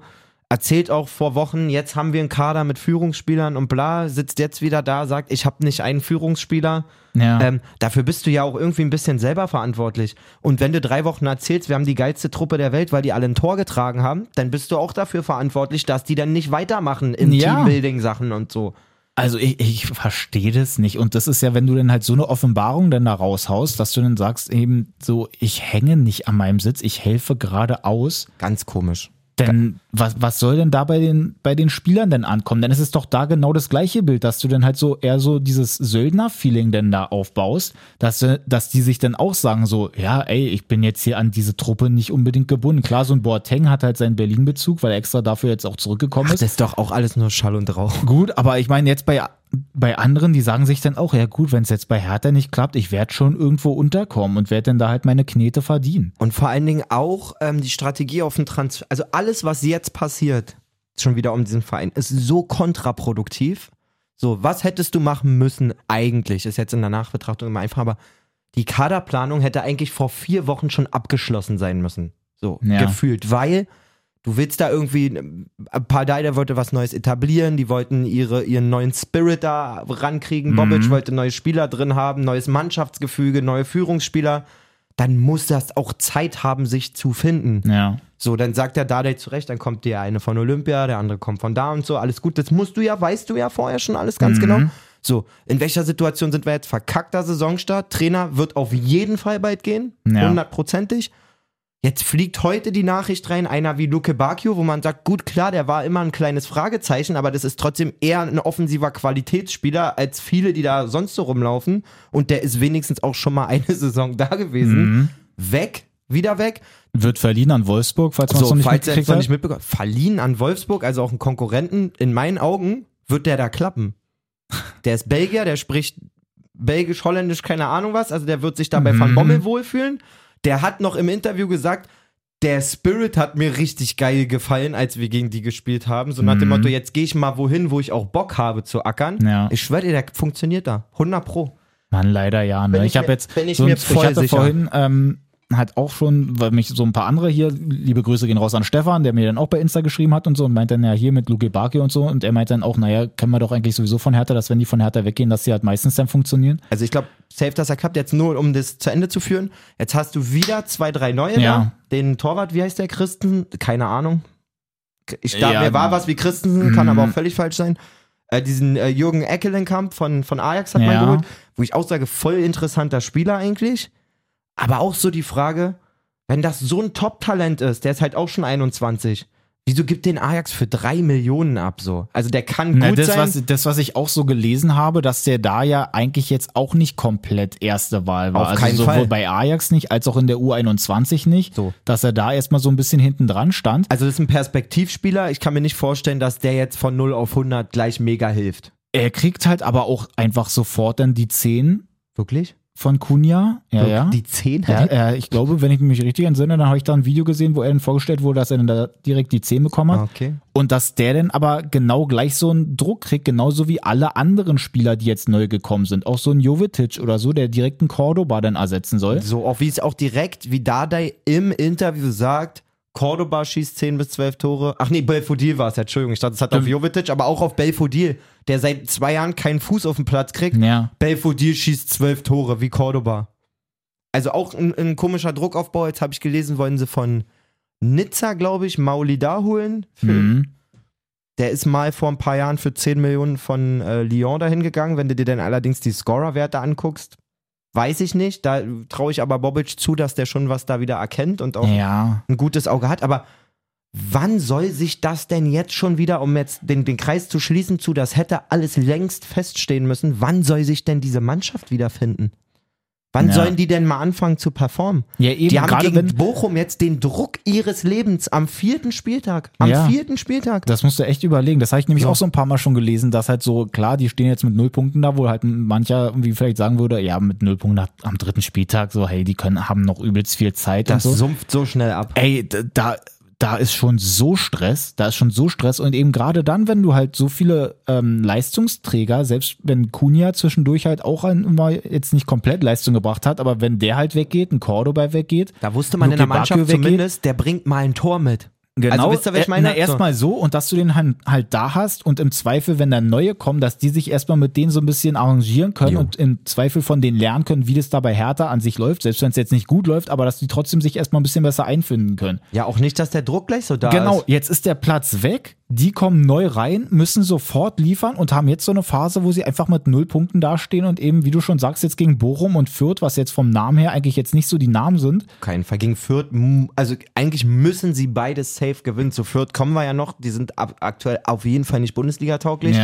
Erzählt auch vor Wochen, jetzt haben wir einen Kader mit Führungsspielern und bla, sitzt jetzt wieder da, sagt, ich habe nicht einen Führungsspieler. ja. Ähm, dafür bist du ja auch irgendwie ein bisschen selber verantwortlich. Und wenn du drei Wochen erzählst, wir haben die geilste Truppe der Welt, weil die alle ein Tor getragen haben, dann bist du auch dafür verantwortlich, dass die dann nicht weitermachen in Ja. Teambuilding-Sachen und so. Also ich, ich verstehe das nicht. Und das ist ja, wenn du dann halt so eine Offenbarung dann da raushaust, dass du dann sagst eben so, ich hänge nicht an meinem Sitz, ich helfe geradeaus. Ganz komisch. Denn was, was soll denn da bei den, bei den Spielern denn ankommen? Denn es ist doch da genau das gleiche Bild, dass du dann halt so eher so dieses Söldner-Feeling denn da aufbaust, dass, du- dass die sich dann auch sagen so, ja, ey, ich bin jetzt hier an diese Truppe nicht unbedingt gebunden. Klar, so ein Boateng hat halt seinen Berlin-Bezug, weil er extra dafür jetzt auch zurückgekommen Ach, ist. das ist doch auch alles nur Schall und Rauch. Gut, aber ich meine jetzt bei, bei anderen, die sagen sich dann auch, ja gut, wenn es jetzt bei Hertha nicht klappt, ich werde schon irgendwo unterkommen und werde dann da halt meine Knete verdienen. Und vor allen Dingen auch ähm, die Strategie auf den Transfer, also alles, was jetzt passiert, schon wieder um diesen Verein, ist so kontraproduktiv. So, was hättest du machen müssen eigentlich? Ist jetzt in der Nachbetrachtung immer einfach, aber die Kaderplanung hätte eigentlich vor vier Wochen schon abgeschlossen sein müssen. So, Ja. gefühlt, weil du willst da irgendwie, äh, Pardai, der wollte was Neues etablieren, die wollten ihre, ihren neuen Spirit da rankriegen, Bobic wollte neue Spieler drin haben, neues Mannschaftsgefüge, neue Führungsspieler. Dann muss das auch Zeit haben, sich zu finden. Ja. So, dann sagt der Dardai zurecht, dann kommt der eine von Olympia, der andere kommt von da und so, alles gut. Das musst du ja, weißt du ja vorher schon alles ganz genau. So, in welcher Situation sind wir jetzt? Verkackter Saisonstart, Trainer wird auf jeden Fall bald gehen, Ja. hundertprozentig. Jetzt fliegt heute die Nachricht rein, einer wie Luke Bacchio, wo man sagt, gut, klar, der war immer ein kleines Fragezeichen, aber das ist trotzdem eher ein offensiver Qualitätsspieler als viele, die da sonst so rumlaufen. Und der ist wenigstens auch schon mal eine *laughs* Saison da Mhm. gewesen. Weg, wieder weg Wird verliehen an Wolfsburg, falls man es so, noch nicht falls er mitgekriegt jetzt noch hat. nicht mitbekommen verliehen an Wolfsburg, also auch einen Konkurrenten, in meinen Augen wird der da klappen. Der ist Belgier, der spricht Belgisch, Holländisch, keine Ahnung was, also der wird sich da bei Mhm. Van Bommel wohlfühlen. Der hat noch im Interview gesagt, der Spirit hat mir richtig geil gefallen, als wir gegen die gespielt haben. So nach dem Motto, jetzt gehe ich mal wohin, wo ich auch Bock habe zu ackern. Mhm. Ja. Ich schwöre dir, der funktioniert da. 100 Pro. Mann, leider ja. Ne? Bin Ich, ich habe mir- jetzt bin ich so mir ein, voll ich hatte sicher. vorhin ähm, halt auch schon, weil mich so ein paar andere hier, liebe Grüße gehen raus an Stefan, der mir dann auch bei Insta geschrieben hat und so und meint dann ja hier mit Luke Bakio und so und er meint dann auch, naja, kennen wir doch eigentlich sowieso von Hertha, dass wenn die von Hertha weggehen, dass sie halt meistens dann funktionieren. Also ich glaube, safe, dass er klappt. Jetzt nur, um das zu Ende zu führen. Jetzt hast du wieder zwei, drei neue Ja. da. Den Torwart, wie heißt der? Christen? Keine Ahnung. Ich glaube, Ja. genau. Mhm. er war was wie Christensen, kann aber auch völlig falsch sein. Äh, diesen äh, Jürgen Eckelenkamp von, von Ajax hat Ja. man geholt. Wo ich auch sage, voll interessanter Spieler eigentlich. Aber auch so die Frage, wenn das so ein Top-Talent ist, der ist halt auch schon 21, wieso gibt den Ajax für drei Millionen ab so? Also der kann gut Na, das, sein. was, das, was ich auch so gelesen habe, dass der da ja eigentlich jetzt auch nicht komplett erste Wahl war. Auf also keinen sowohl Fall. bei Ajax nicht, als auch in der U21 nicht, So. dass er da erstmal so ein bisschen hinten dran stand. Also das ist ein Perspektivspieler. Ich kann mir nicht vorstellen, dass der jetzt von 0 auf 100 gleich mega hilft. Er kriegt halt aber auch einfach sofort dann die 10 Wirklich? von Kunja. Ja, Wirklich? ja. Die 10 ja, hat ja, ich glaube, wenn ich mich richtig entsinne, dann habe ich da ein Video gesehen, wo er dann vorgestellt wurde, dass er dann da direkt die 10 bekommen hat. Okay. Und dass der dann aber genau gleich so einen Druck kriegt, genauso wie alle anderen Spieler, die jetzt neu gekommen sind. Auch so ein Jovetic oder so, der direkt einen Cordoba dann ersetzen soll. So, auch wie es auch direkt, wie Dardai im Interview sagt, Cordoba schießt 10 bis 12 Tore. Ach nee, Belfodil war es, ja, Entschuldigung. Ich dachte, es hat auf Jovetic, aber auch auf Belfodil, der seit zwei Jahren keinen Fuß auf den Platz kriegt. Ja. Belfodil schießt 12 Tore, wie Cordoba. Also auch ein, ein komischer Druckaufbau. Jetzt habe ich gelesen, wollen sie von Nizza, glaube ich, Maulida holen. Für, Mhm. Der ist mal vor ein paar Jahren für 10 Millionen von äh, Lyon dahin gegangen. Wenn du dir dann allerdings die Scorerwerte anguckst, weiß ich nicht. Da traue ich aber Bobic zu, dass der schon was da wieder erkennt und auch Ja. ein gutes Auge hat. Aber wann soll sich das denn jetzt schon wieder, um jetzt den, den Kreis zu schließen zu, das hätte alles längst feststehen müssen, wann soll sich denn diese Mannschaft wiederfinden? Wann Ja. sollen die denn mal anfangen zu performen? Ja, eben, die haben gerade gegen wenn- Bochum jetzt den Druck ihres Lebens am vierten Spieltag. Am Ja. vierten Spieltag. Das musst du echt überlegen. Das habe ich nämlich auch so ein paar Mal schon gelesen, dass halt so, klar, die stehen jetzt mit null Punkten da, wo halt mancher irgendwie vielleicht sagen würde, ja, mit null Punkten ab- am dritten Spieltag, so, hey, die können, haben noch übelst viel Zeit Das und so. sumpft so schnell ab. Ey, d- da, da ist schon so Stress, da ist schon so Stress und eben gerade dann, wenn du halt so viele ähm, Leistungsträger, selbst wenn Kunja zwischendurch halt auch einmal jetzt nicht komplett Leistung gebracht hat, aber wenn der halt weggeht, ein Cordoba weggeht, Da wusste man in der Luke Bacchio Mannschaft weggeht. zumindest, der bringt mal ein Tor mit. Also wisst ihr, was ich äh, meine? Na, erstmal so und dass du den halt, halt da hast und im Zweifel, wenn dann neue kommen, dass die sich erstmal mit denen so ein bisschen arrangieren können Jo. und im Zweifel von denen lernen können, wie das da bei Hertha an sich läuft, selbst wenn es jetzt nicht gut läuft, aber dass die trotzdem sich erstmal ein bisschen besser einfinden können. Ja, auch nicht, dass der Druck gleich so da Genau, ist. jetzt ist der Platz weg, die kommen neu rein, müssen sofort liefern und haben jetzt so eine Phase, wo sie einfach mit null Punkten dastehen und eben, wie du schon sagst, jetzt gegen Bochum und Fürth, was jetzt vom Namen her eigentlich jetzt nicht so die Namen sind. Auf keinen Fall. Gegen Fürth, m- also eigentlich müssen sie beides safe gewinnen. Zu Fürth kommen wir ja noch. Die sind ab, aktuell auf jeden Fall nicht Bundesliga-tauglich.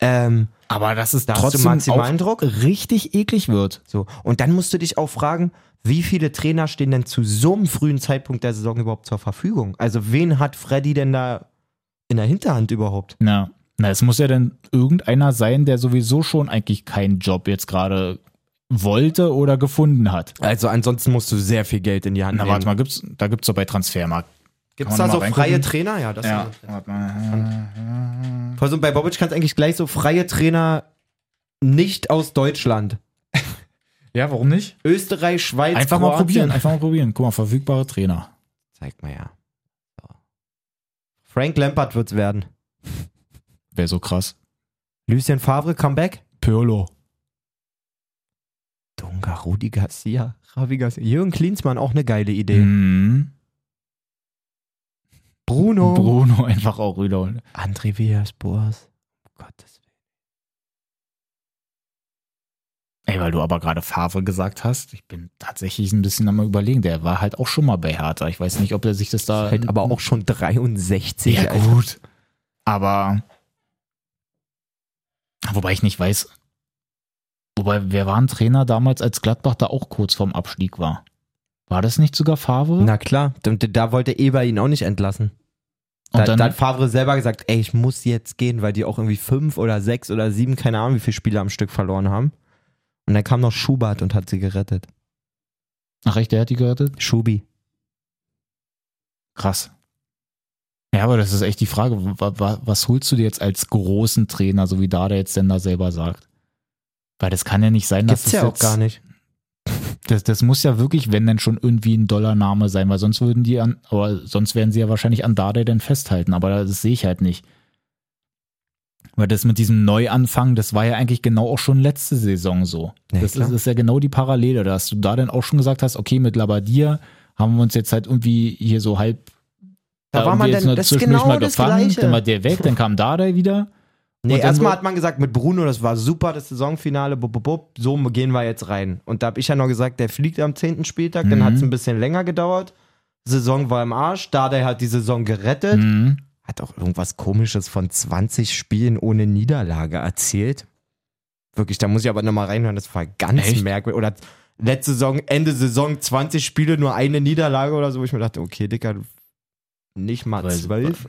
Ähm, Aber dass es Da hast du trotzdem maximalen auch Druck. richtig eklig wird. so. Und dann musst du dich auch fragen, wie viele Trainer stehen denn zu so einem frühen Zeitpunkt der Saison überhaupt zur Verfügung? Also wen hat Freddy denn da in der Hinterhand überhaupt? Na, na, es muss ja dann irgendeiner sein, der sowieso schon eigentlich keinen Job jetzt gerade wollte oder gefunden hat. Also ansonsten musst du sehr viel Geld in die Hand Na, warte mal, gibt's, da gibt's doch bei Transfermarkt. Gibt Kann es man da so noch mal freie reingucken? Trainer? Ja, das Ja, Mhm. ist- warte mal. Also bei Bobic kannst du eigentlich gleich so freie Trainer nicht aus Deutschland. ja, warum nicht? Österreich, Schweiz, Einfach mal Kroatien. probieren, einfach mal probieren. Guck mal, verfügbare Trainer. Zeig mal ja. So. Frank Lampard wird's werden. Wäre so krass. Lucien Favre, Comeback. Pirlo. Dunga, Rudi Garcia, Ravi Garcia. Jürgen Klinsmann, auch eine geile Idee. Mhm. Bruno. Bruno *laughs* einfach auch rüberholen. André Villas Boas. Um Gottes Willen. Ey, weil du aber gerade Favre gesagt hast, ich bin tatsächlich ein bisschen am überlegen. Der war halt auch schon mal bei Hertha. Ich weiß nicht, ob er sich das da. Ist Halt aber auch schon 63. Ja, Alter. gut. Aber. Wobei ich nicht weiß. Wobei, wer war ein Trainer damals, als Gladbach da auch kurz vorm Abstieg war? War das nicht sogar Favre? Na klar, da, da wollte Eber ihn auch nicht entlassen. Da, Und dann, da hat Favre selber gesagt, ey, ich muss jetzt gehen, weil die auch irgendwie fünf oder sechs oder sieben, keine Ahnung, wie viele Spiele am Stück verloren haben. Und dann kam noch Schubert und hat sie gerettet. ach echt, der hat die gerettet? Schubi. Krass. Ja, aber das ist echt die Frage, wa- wa- was holst du dir jetzt als großen Trainer, so wie Dada jetzt denn da selber sagt? Weil das kann ja nicht sein, dass Gibt's das ja auch jetzt- gar nicht. Das, das muss ja wirklich, wenn dann schon irgendwie ein Dollarname sein, weil sonst würden die an, aber sonst werden sie ja wahrscheinlich an Dardai dann festhalten, aber das sehe ich halt nicht. Weil das mit diesem Neuanfang, das war ja eigentlich genau auch schon letzte Saison so. Ja, das klar. ist, ist ja genau die Parallele, dass du da dann auch schon gesagt hast, okay, mit Labadia haben wir uns jetzt halt irgendwie hier so halb äh, Da war man irgendwie jetzt dann- nur das ist zwischendurch genau das Gleiche. dann war der weg, dann kam Dardai wieder. Nee, Und dann erstmal wird- hat man gesagt, mit Bruno, das war super, das Saisonfinale, bub, bub, bub, so gehen wir jetzt rein. Und da habe ich ja noch gesagt, der fliegt am 10. Spieltag, dann Mhm. hat es ein bisschen länger gedauert. Saison war im Arsch, Dardai hat halt die Saison gerettet. Mhm. Hat auch irgendwas komisches von 20 Spielen ohne Niederlage erzählt. Wirklich, da muss ich aber nochmal reinhören, das war ganz Echt? merkwürdig. Oder letzte Saison, Ende Saison, 20 Spiele, nur eine Niederlage oder so, wo ich mir dachte, okay, Dicker, du- nicht mal Weiß- zwölf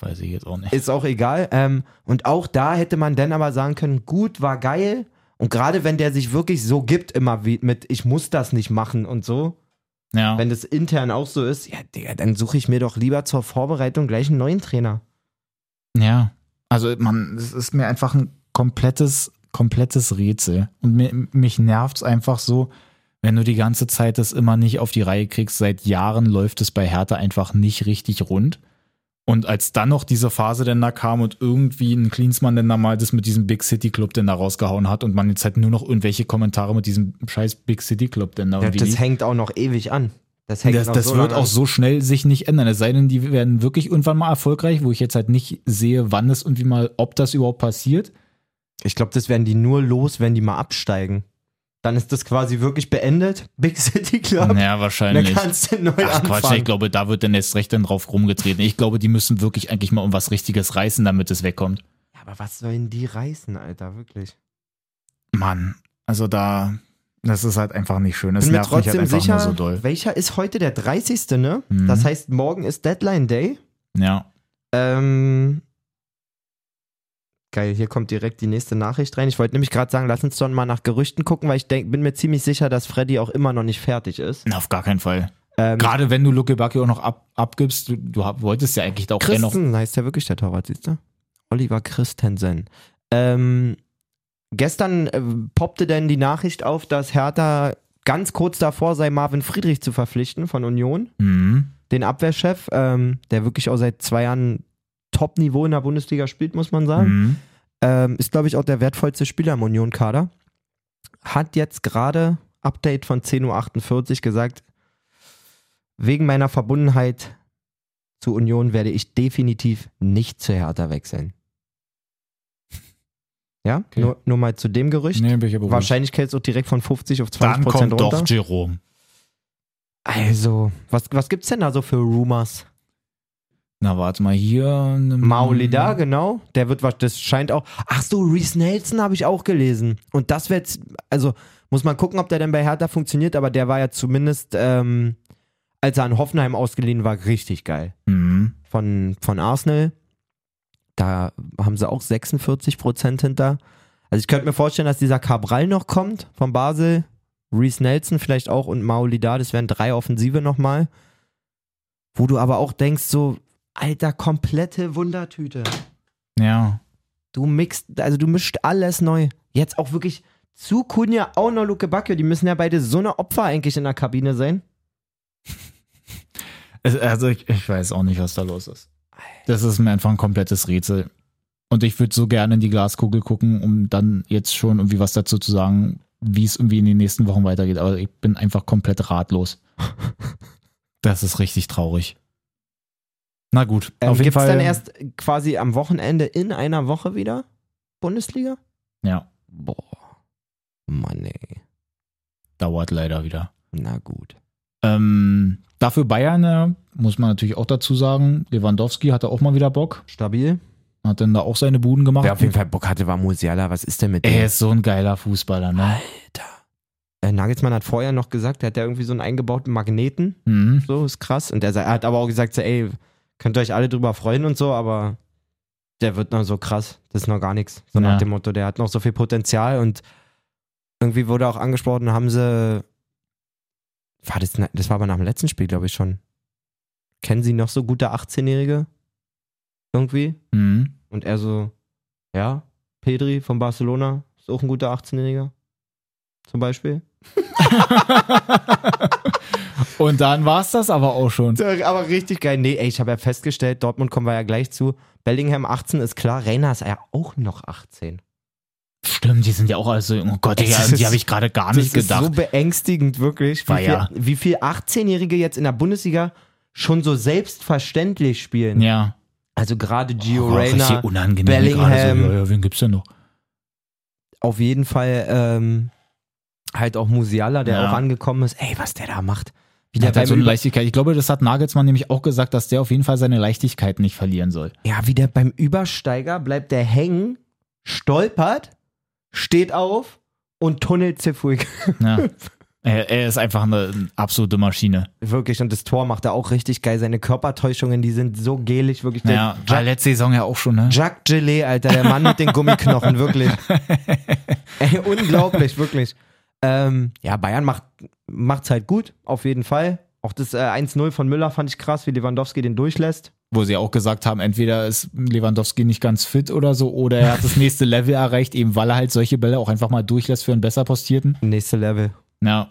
Weiß ich jetzt auch nicht. ist auch egal. Ähm, und auch da hätte man dann aber sagen können, gut, war geil. Und gerade wenn der sich wirklich so gibt, immer wie mit, ich muss das nicht machen und so, Ja. wenn das intern auch so ist, ja, Digga, dann suche ich mir doch lieber zur Vorbereitung gleich einen neuen Trainer. Ja, also man, es ist mir einfach ein komplettes, komplettes Rätsel. Und mir, mich nervt's einfach so, wenn du die ganze Zeit das immer nicht auf die Reihe kriegst. Seit Jahren läuft es bei Hertha einfach nicht richtig rund. Und als dann noch diese Phase denn da kam und irgendwie ein Klinsmann denn da mal das mit diesem Big City Club denn da rausgehauen hat und man jetzt halt nur noch irgendwelche Kommentare mit diesem scheiß Big City Club denn da Ja, irgendwie das liest. hängt auch noch ewig an. Das hängt Das, noch das so wird lange auch an. so schnell sich nicht ändern. Es sei denn, die werden wirklich irgendwann mal erfolgreich, wo ich jetzt halt nicht sehe, wann es und wie mal, ob das überhaupt passiert. Ich glaube, das werden die nur los, wenn die mal absteigen. dann ist das quasi wirklich beendet. *laughs* Big City Club. Ja, Dann wahrscheinlich. kannst du neu Ach anfangen. Quatsch, ich glaube, da wird dann erst recht dann drauf rumgetreten. Ich glaube, die müssen wirklich eigentlich mal um was Richtiges reißen, damit es wegkommt. Ja, aber was sollen die reißen, Alter, wirklich? Mann, also da, das ist halt einfach nicht schön. Es Ich bin mir nervt mich halt trotzdem einfach sicher, nur so doll. welcher ist heute der 30. Ne? Mhm. Das heißt, morgen ist Deadline Day. Ja. Ähm, geil, hier kommt direkt die nächste Nachricht rein. Ich wollte nämlich gerade sagen, lass uns doch mal nach Gerüchten gucken, weil ich denk, bin mir ziemlich sicher, dass Freddy auch immer noch nicht fertig ist. Na, auf gar keinen Fall. Ähm, Gerade wenn du Luke Bacchio auch noch ab, abgibst, du, du hab- wolltest ja eigentlich auch eher noch. Christensen heißt ja wirklich der Torwart, siehst du? Oliver Christensen. Ähm, gestern äh, poppte denn die Nachricht auf, dass Hertha ganz kurz davor sei, Marvin Friedrich zu verpflichten von Union, Mhm. den Abwehrchef, ähm, der wirklich auch seit zwei Jahren Top-Niveau in der Bundesliga spielt, muss man sagen. Mhm. Ähm, ist, glaube ich, auch der wertvollste Spieler im Union-Kader. Hat jetzt gerade Update von 10.48 Uhr gesagt, wegen meiner Verbundenheit zu Union werde ich definitiv nicht zu Hertha wechseln. *laughs* Ja, Okay. nur, nur mal zu dem Gerücht. Nee, bin ich aber ruhig. Wahrscheinlichkeit ist auch direkt von 50 auf 20 Dann Prozent kommt runter. doch Jerome. Also, was, was gibt's denn da so für Rumors? Na, warte mal, hier. ne- Maulida, genau. Der wird was, das scheint auch. Ach so, Reese Nelson habe ich auch gelesen. Und das wäre jetzt, also muss man gucken, ob der denn bei Hertha funktioniert, aber der war ja zumindest, ähm, als er an Hoffenheim ausgeliehen war, richtig geil. Mhm. Von, von Arsenal. Da haben sie auch 46 Prozent hinter. Also ich könnte mir vorstellen, dass dieser Cabral noch kommt von Basel. Reese Nelson vielleicht auch und Maulida, das wären drei Offensive nochmal. Wo du aber auch denkst, so, alter, komplette Wundertüte. Ja. Du mixt, also du mischt alles neu. Jetzt auch wirklich zu Kunja, auch noch Luke Bacchio. Die müssen ja beide so eine Opfer eigentlich in der Kabine sein. Es- Also, ich, ich weiß auch nicht, was da los ist. Das ist mir einfach ein komplettes Rätsel. Und ich würde so gerne in die Glaskugel gucken, um dann jetzt schon irgendwie was dazu zu sagen, wie es irgendwie in den nächsten Wochen weitergeht. Aber ich bin einfach komplett *laughs* ratlos. Das ist richtig traurig. Na gut, auf jeden Ähm, gibt's Fall. dann erst quasi am Wochenende in einer Woche wieder Bundesliga? ja, Boah. Mann, ey. dauert leider wieder. Na gut. Ähm, dafür Bayern, ja, muss man natürlich auch dazu sagen. Lewandowski hatte auch mal wieder Bock. Stabil. Hat dann da auch seine Buden gemacht. Wer auf jeden Fall Bock hatte, war Musiala. Was ist denn mit Er dem? ist so ein geiler Fußballer, ne? Äh, Nagelsmann hat vorher noch gesagt, der hat ja irgendwie so einen eingebauten Magneten. Mhm. So, ist krass. Und er, sa- er hat aber auch gesagt, so, ey, könnt ihr euch alle drüber freuen und so, aber der wird noch so krass. Das ist noch gar nichts. So Ja. nach dem Motto, der hat noch so viel Potenzial und irgendwie wurde auch angesprochen, haben sie. War das, na- das war aber nach dem letzten Spiel, glaube ich, schon. Kennen sie noch so gute 18-Jährige? Irgendwie? Mhm. Und er so, ja, Pedri von Barcelona ist auch ein guter 18-Jähriger. Zum Beispiel. *laughs* Und dann war's das aber auch schon. So, Aber richtig geil. Nee, ey, ich habe ja festgestellt, Dortmund kommen wir ja gleich zu. Bellingham 18 ist klar, Reina ist ja auch noch 18. Stimmt, die sind ja auch alles so, oh Gott, Es die, ist- die habe ich gerade gar nicht ist so gedacht. beängstigend, wirklich, wie War ja. viel, wie viel 18-Jährige jetzt in der Bundesliga schon so selbstverständlich spielen. ja. Also gerade Gio War auch Reyna, richtig unangenehm hier gerade so. Bellingham. Ja, ja, wen gibt's denn noch? auf jeden Fall ähm, halt auch Musiala, der Ja. auch angekommen ist. Ey, was der da macht. Wie Der der hat halt so beim eine Über- Leichtigkeit. Ich glaube, das hat Nagelsmann nämlich auch gesagt, dass der auf jeden Fall seine Leichtigkeit nicht verlieren soll. Ja, wie der beim Übersteiger bleibt der hängen, stolpert, steht auf und tunnelt Zifuig. *laughs* Ja. er, er ist einfach eine, eine absolute Maschine. Wirklich, und das Tor macht er auch richtig geil. Seine Körpertäuschungen, die sind so gelig, wirklich. Der Ja, war Jack, letzte Saison ja auch schon, ne? Jack Gelee, Alter, der Mann mit den Gummiknochen, wirklich. Ey, unglaublich, wirklich. Ähm, ja, Bayern macht, macht's halt gut, auf jeden Fall. Auch das äh, 1-0 von Müller fand ich krass, wie Lewandowski den durchlässt. Wo sie auch gesagt haben, entweder ist Lewandowski nicht ganz fit oder so, oder er hat das nächste Level erreicht, eben weil er halt solche Bälle auch einfach mal durchlässt für einen besser postierten. Nächste Level. Ja,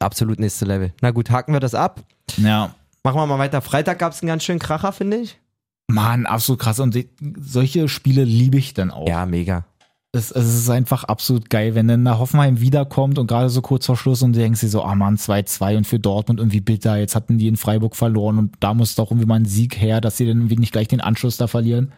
Absolut nächste Level. Na gut, haken wir das ab. ja. Machen wir mal weiter. Freitag gab's einen ganz schönen Kracher, finde ich. Mann, absolut krass. Und die, solche Spiele liebe ich dann auch. Ja, mega. Es, es ist einfach absolut geil, wenn dann nach Hoffenheim wiederkommt und gerade so kurz vor Schluss und du denkst dir so, ah Mann, 2-2 und für Dortmund irgendwie bitter. Jetzt hatten die in Freiburg verloren und da muss doch irgendwie mal ein Sieg her, dass sie dann irgendwie nicht gleich den Anschluss da verlieren.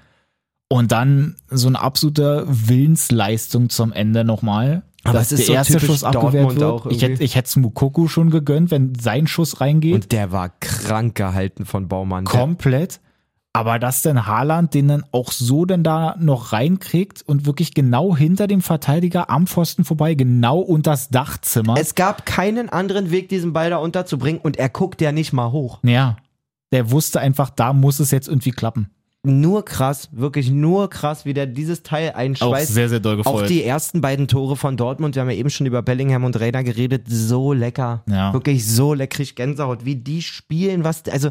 Und dann so eine absolute Willensleistung zum Ende nochmal. Aber dass es ist der so erste typisch Schuss abgewehrt Dortmund wird. auch ich hätte irgendwie. ich es Mukoku schon gegönnt, wenn sein Schuss reingeht. Und der war krank gehalten von Baumann. komplett. Aber dass denn Haaland den dann auch so denn da noch reinkriegt und wirklich genau hinter dem Verteidiger am Pfosten vorbei, genau unter das Dachzimmer. Es gab keinen anderen Weg, diesen Ball da unterzubringen und er guckt ja nicht mal hoch. ja, der wusste einfach, da muss es jetzt irgendwie klappen. Nur krass, wirklich nur krass, wie der dieses Teil einschweißt. sehr doll Auch die ersten beiden Tore von Dortmund, wir haben ja eben schon über Bellingham und Reiner geredet, so lecker. Ja. Wirklich so leckrig Gänsehaut, wie die spielen, was, also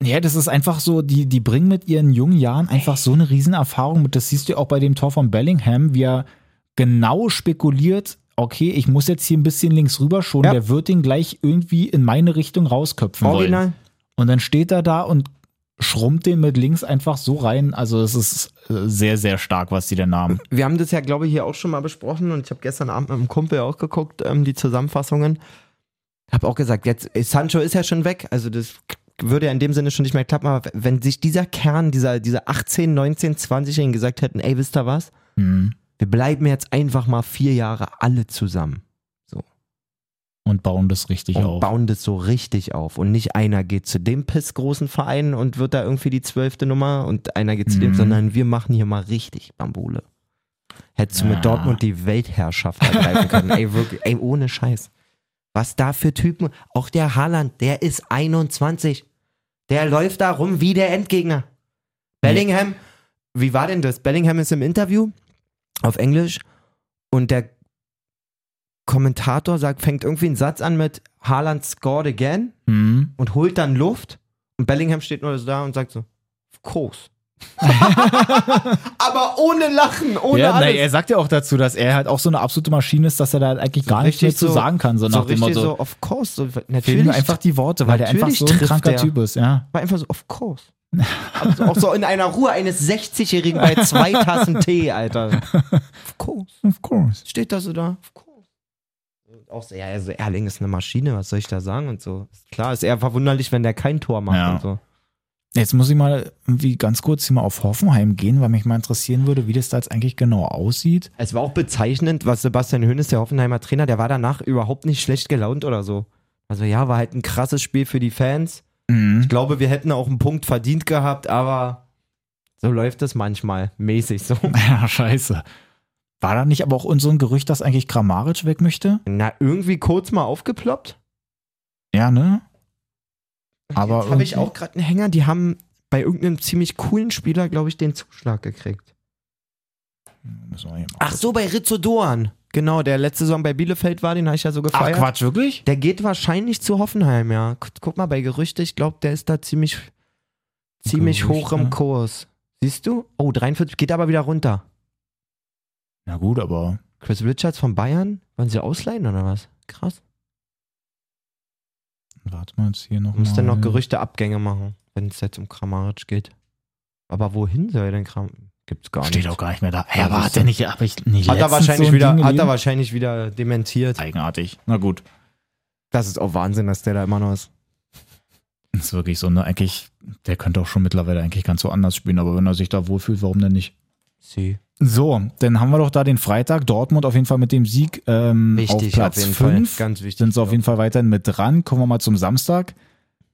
Ja, das ist einfach so, die, die bringen mit ihren jungen Jahren einfach so eine Riesenerfahrung mit. Das siehst du ja auch bei dem Tor von Bellingham, wie er genau spekuliert, okay, ich muss jetzt hier ein bisschen links rüber schon, Ja. der wird den gleich irgendwie in meine Richtung rausköpfen wollen. original. Und dann steht er da und schrummt den mit links einfach so rein. Also es ist äh, sehr, sehr stark, was die denn *laughs* haben. Wir haben das ja, glaube ich, hier auch schon mal besprochen und ich habe gestern Abend mit einem Kumpel auch geguckt, ähm, die Zusammenfassungen. Habe auch gesagt, jetzt äh, Sancho ist ja schon weg, also das würde ja in dem Sinne schon nicht mehr klappen, aber wenn sich dieser Kern, dieser, dieser 18, 19, 20-Jährigen gesagt hätten, ey, wisst ihr was? Mhm. Wir bleiben jetzt einfach mal vier Jahre alle zusammen Und bauen das richtig und auf. bauen das so richtig auf und nicht einer geht zu dem pissgroßen Verein und wird da irgendwie die zwölfte Nummer und einer geht zu dem, Mhm. sondern wir machen hier mal richtig Bambule. Hättest du Ja. mit Dortmund die Weltherrschaft ergreifen können. ey, wirklich, ey, ohne Scheiß. Was da für Typen, auch der Haaland, der ist 21. Der läuft da rum wie der Endgegner. Bellingham, wie war denn das? Bellingham ist im Interview auf Englisch und der Kommentator sagt, fängt irgendwie einen Satz an mit Haaland scored again Mhm. und holt dann Luft und Bellingham steht nur so da und sagt so, of course. Aber ohne Lachen, ohne Ja, na, alles. er sagt ja auch dazu, dass er halt auch so eine absolute Maschine ist, dass er da halt eigentlich gar nichts richtig mehr zu so- sagen kann, so, so nach dem richtig Motto. so, of course. So, fehlen natürlich mir einfach die Worte, weil der einfach Natürlich so ein trifft kranker der. Typ ist, ja. war einfach so, of course. Also auch so in einer Ruhe eines 60-Jährigen bei zwei Tassen Tee, Alter. Of course. Of course. Steht da so da, of course. Und auch so, ja, also Erling ist eine Maschine, was soll ich da sagen und so. Ist klar, ist eher verwunderlich, wenn der kein Tor macht Ja. und so. Jetzt muss ich mal irgendwie ganz kurz hier mal auf Hoffenheim gehen, weil mich mal interessieren würde, wie das da jetzt eigentlich genau aussieht. Es war auch bezeichnend, was Sebastian Hoeneß, der Hoffenheimer Trainer, der war danach überhaupt nicht schlecht gelaunt oder so. Also ja, war halt ein krasses Spiel für die Fans. Ich Mhm. glaube, wir hätten auch einen Punkt verdient gehabt, aber so läuft es manchmal mäßig so. *laughs* Ja, scheiße. War da nicht aber auch so ein Gerücht, dass eigentlich Grammaric weg möchte? Na, irgendwie kurz mal aufgeploppt. Ja, ne? Aber Jetzt habe ich irgendwie- auch gerade einen Hänger, die haben bei irgendeinem ziemlich coolen Spieler, glaube ich, den Zuschlag gekriegt. Müssen wir hier mal- Ach so, bei Rizzo Doan. Genau, der letzte Saison bei Bielefeld war, den habe ich ja so Ach gefeiert. Quatsch, wirklich? Der geht wahrscheinlich zu Hoffenheim, ja. Gu- Guck mal bei Gerüchte, ich glaube, der ist da ziemlich, ziemlich hoch im Gerüchte. Kurs. Siehst du? Oh, 43, geht aber wieder runter. Na gut, aber Chris Richards von Bayern, wollen sie ausleihen oder was? Krass. warte mal jetzt hier noch Muss mal. dann noch Gerüchteabgänge machen, wenn es jetzt um Kramaric geht. Aber wohin soll denn Kram? Gibt's gar Steht nicht. auch gar nicht mehr da. Ja, Ja, aber siehst hat du. er nicht, hab ich nicht Hat er letztens wahrscheinlich so ein wieder, Ding hat er gelesen? wahrscheinlich wieder dementiert. Eigenartig. Na gut. Das ist auch Wahnsinn, dass der da immer noch ist. Das ist wirklich so eine, eigentlich, der könnte auch schon mittlerweile eigentlich ganz woanders spielen, aber wenn er sich da wohlfühlt, warum denn nicht? Sie. So, dann haben wir doch da den Freitag. Dortmund auf jeden Fall mit dem Sieg ähm, auf Wichtig, Platz auf jeden fünf. Fall. Ganz wichtig. sind sie auf jeden Fall weiterhin mit dran. Kommen wir mal zum Samstag.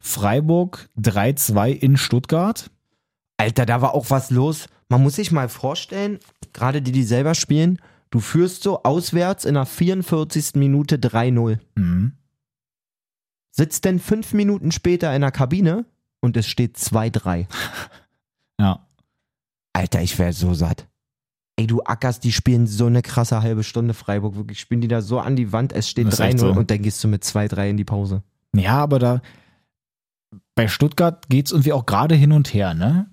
Freiburg 3-2 in Stuttgart. Alter, da war auch was los. Man muss sich mal vorstellen, gerade die, die selber spielen, du führst so auswärts in der 44. Minute 3-0. Mhm. Sitzt denn fünf Minuten später in der Kabine und es steht 2-3. Ja. Alter, ich wäre so satt. Ey, du Ackers, die spielen so eine krasse halbe Stunde Freiburg. Wirklich, spielen die da so an die Wand, es steht Das ist echt 3-0 so. und dann gehst du mit 2-3 in die Pause. Ja, aber da bei Stuttgart geht es irgendwie auch gerade hin und her, ne?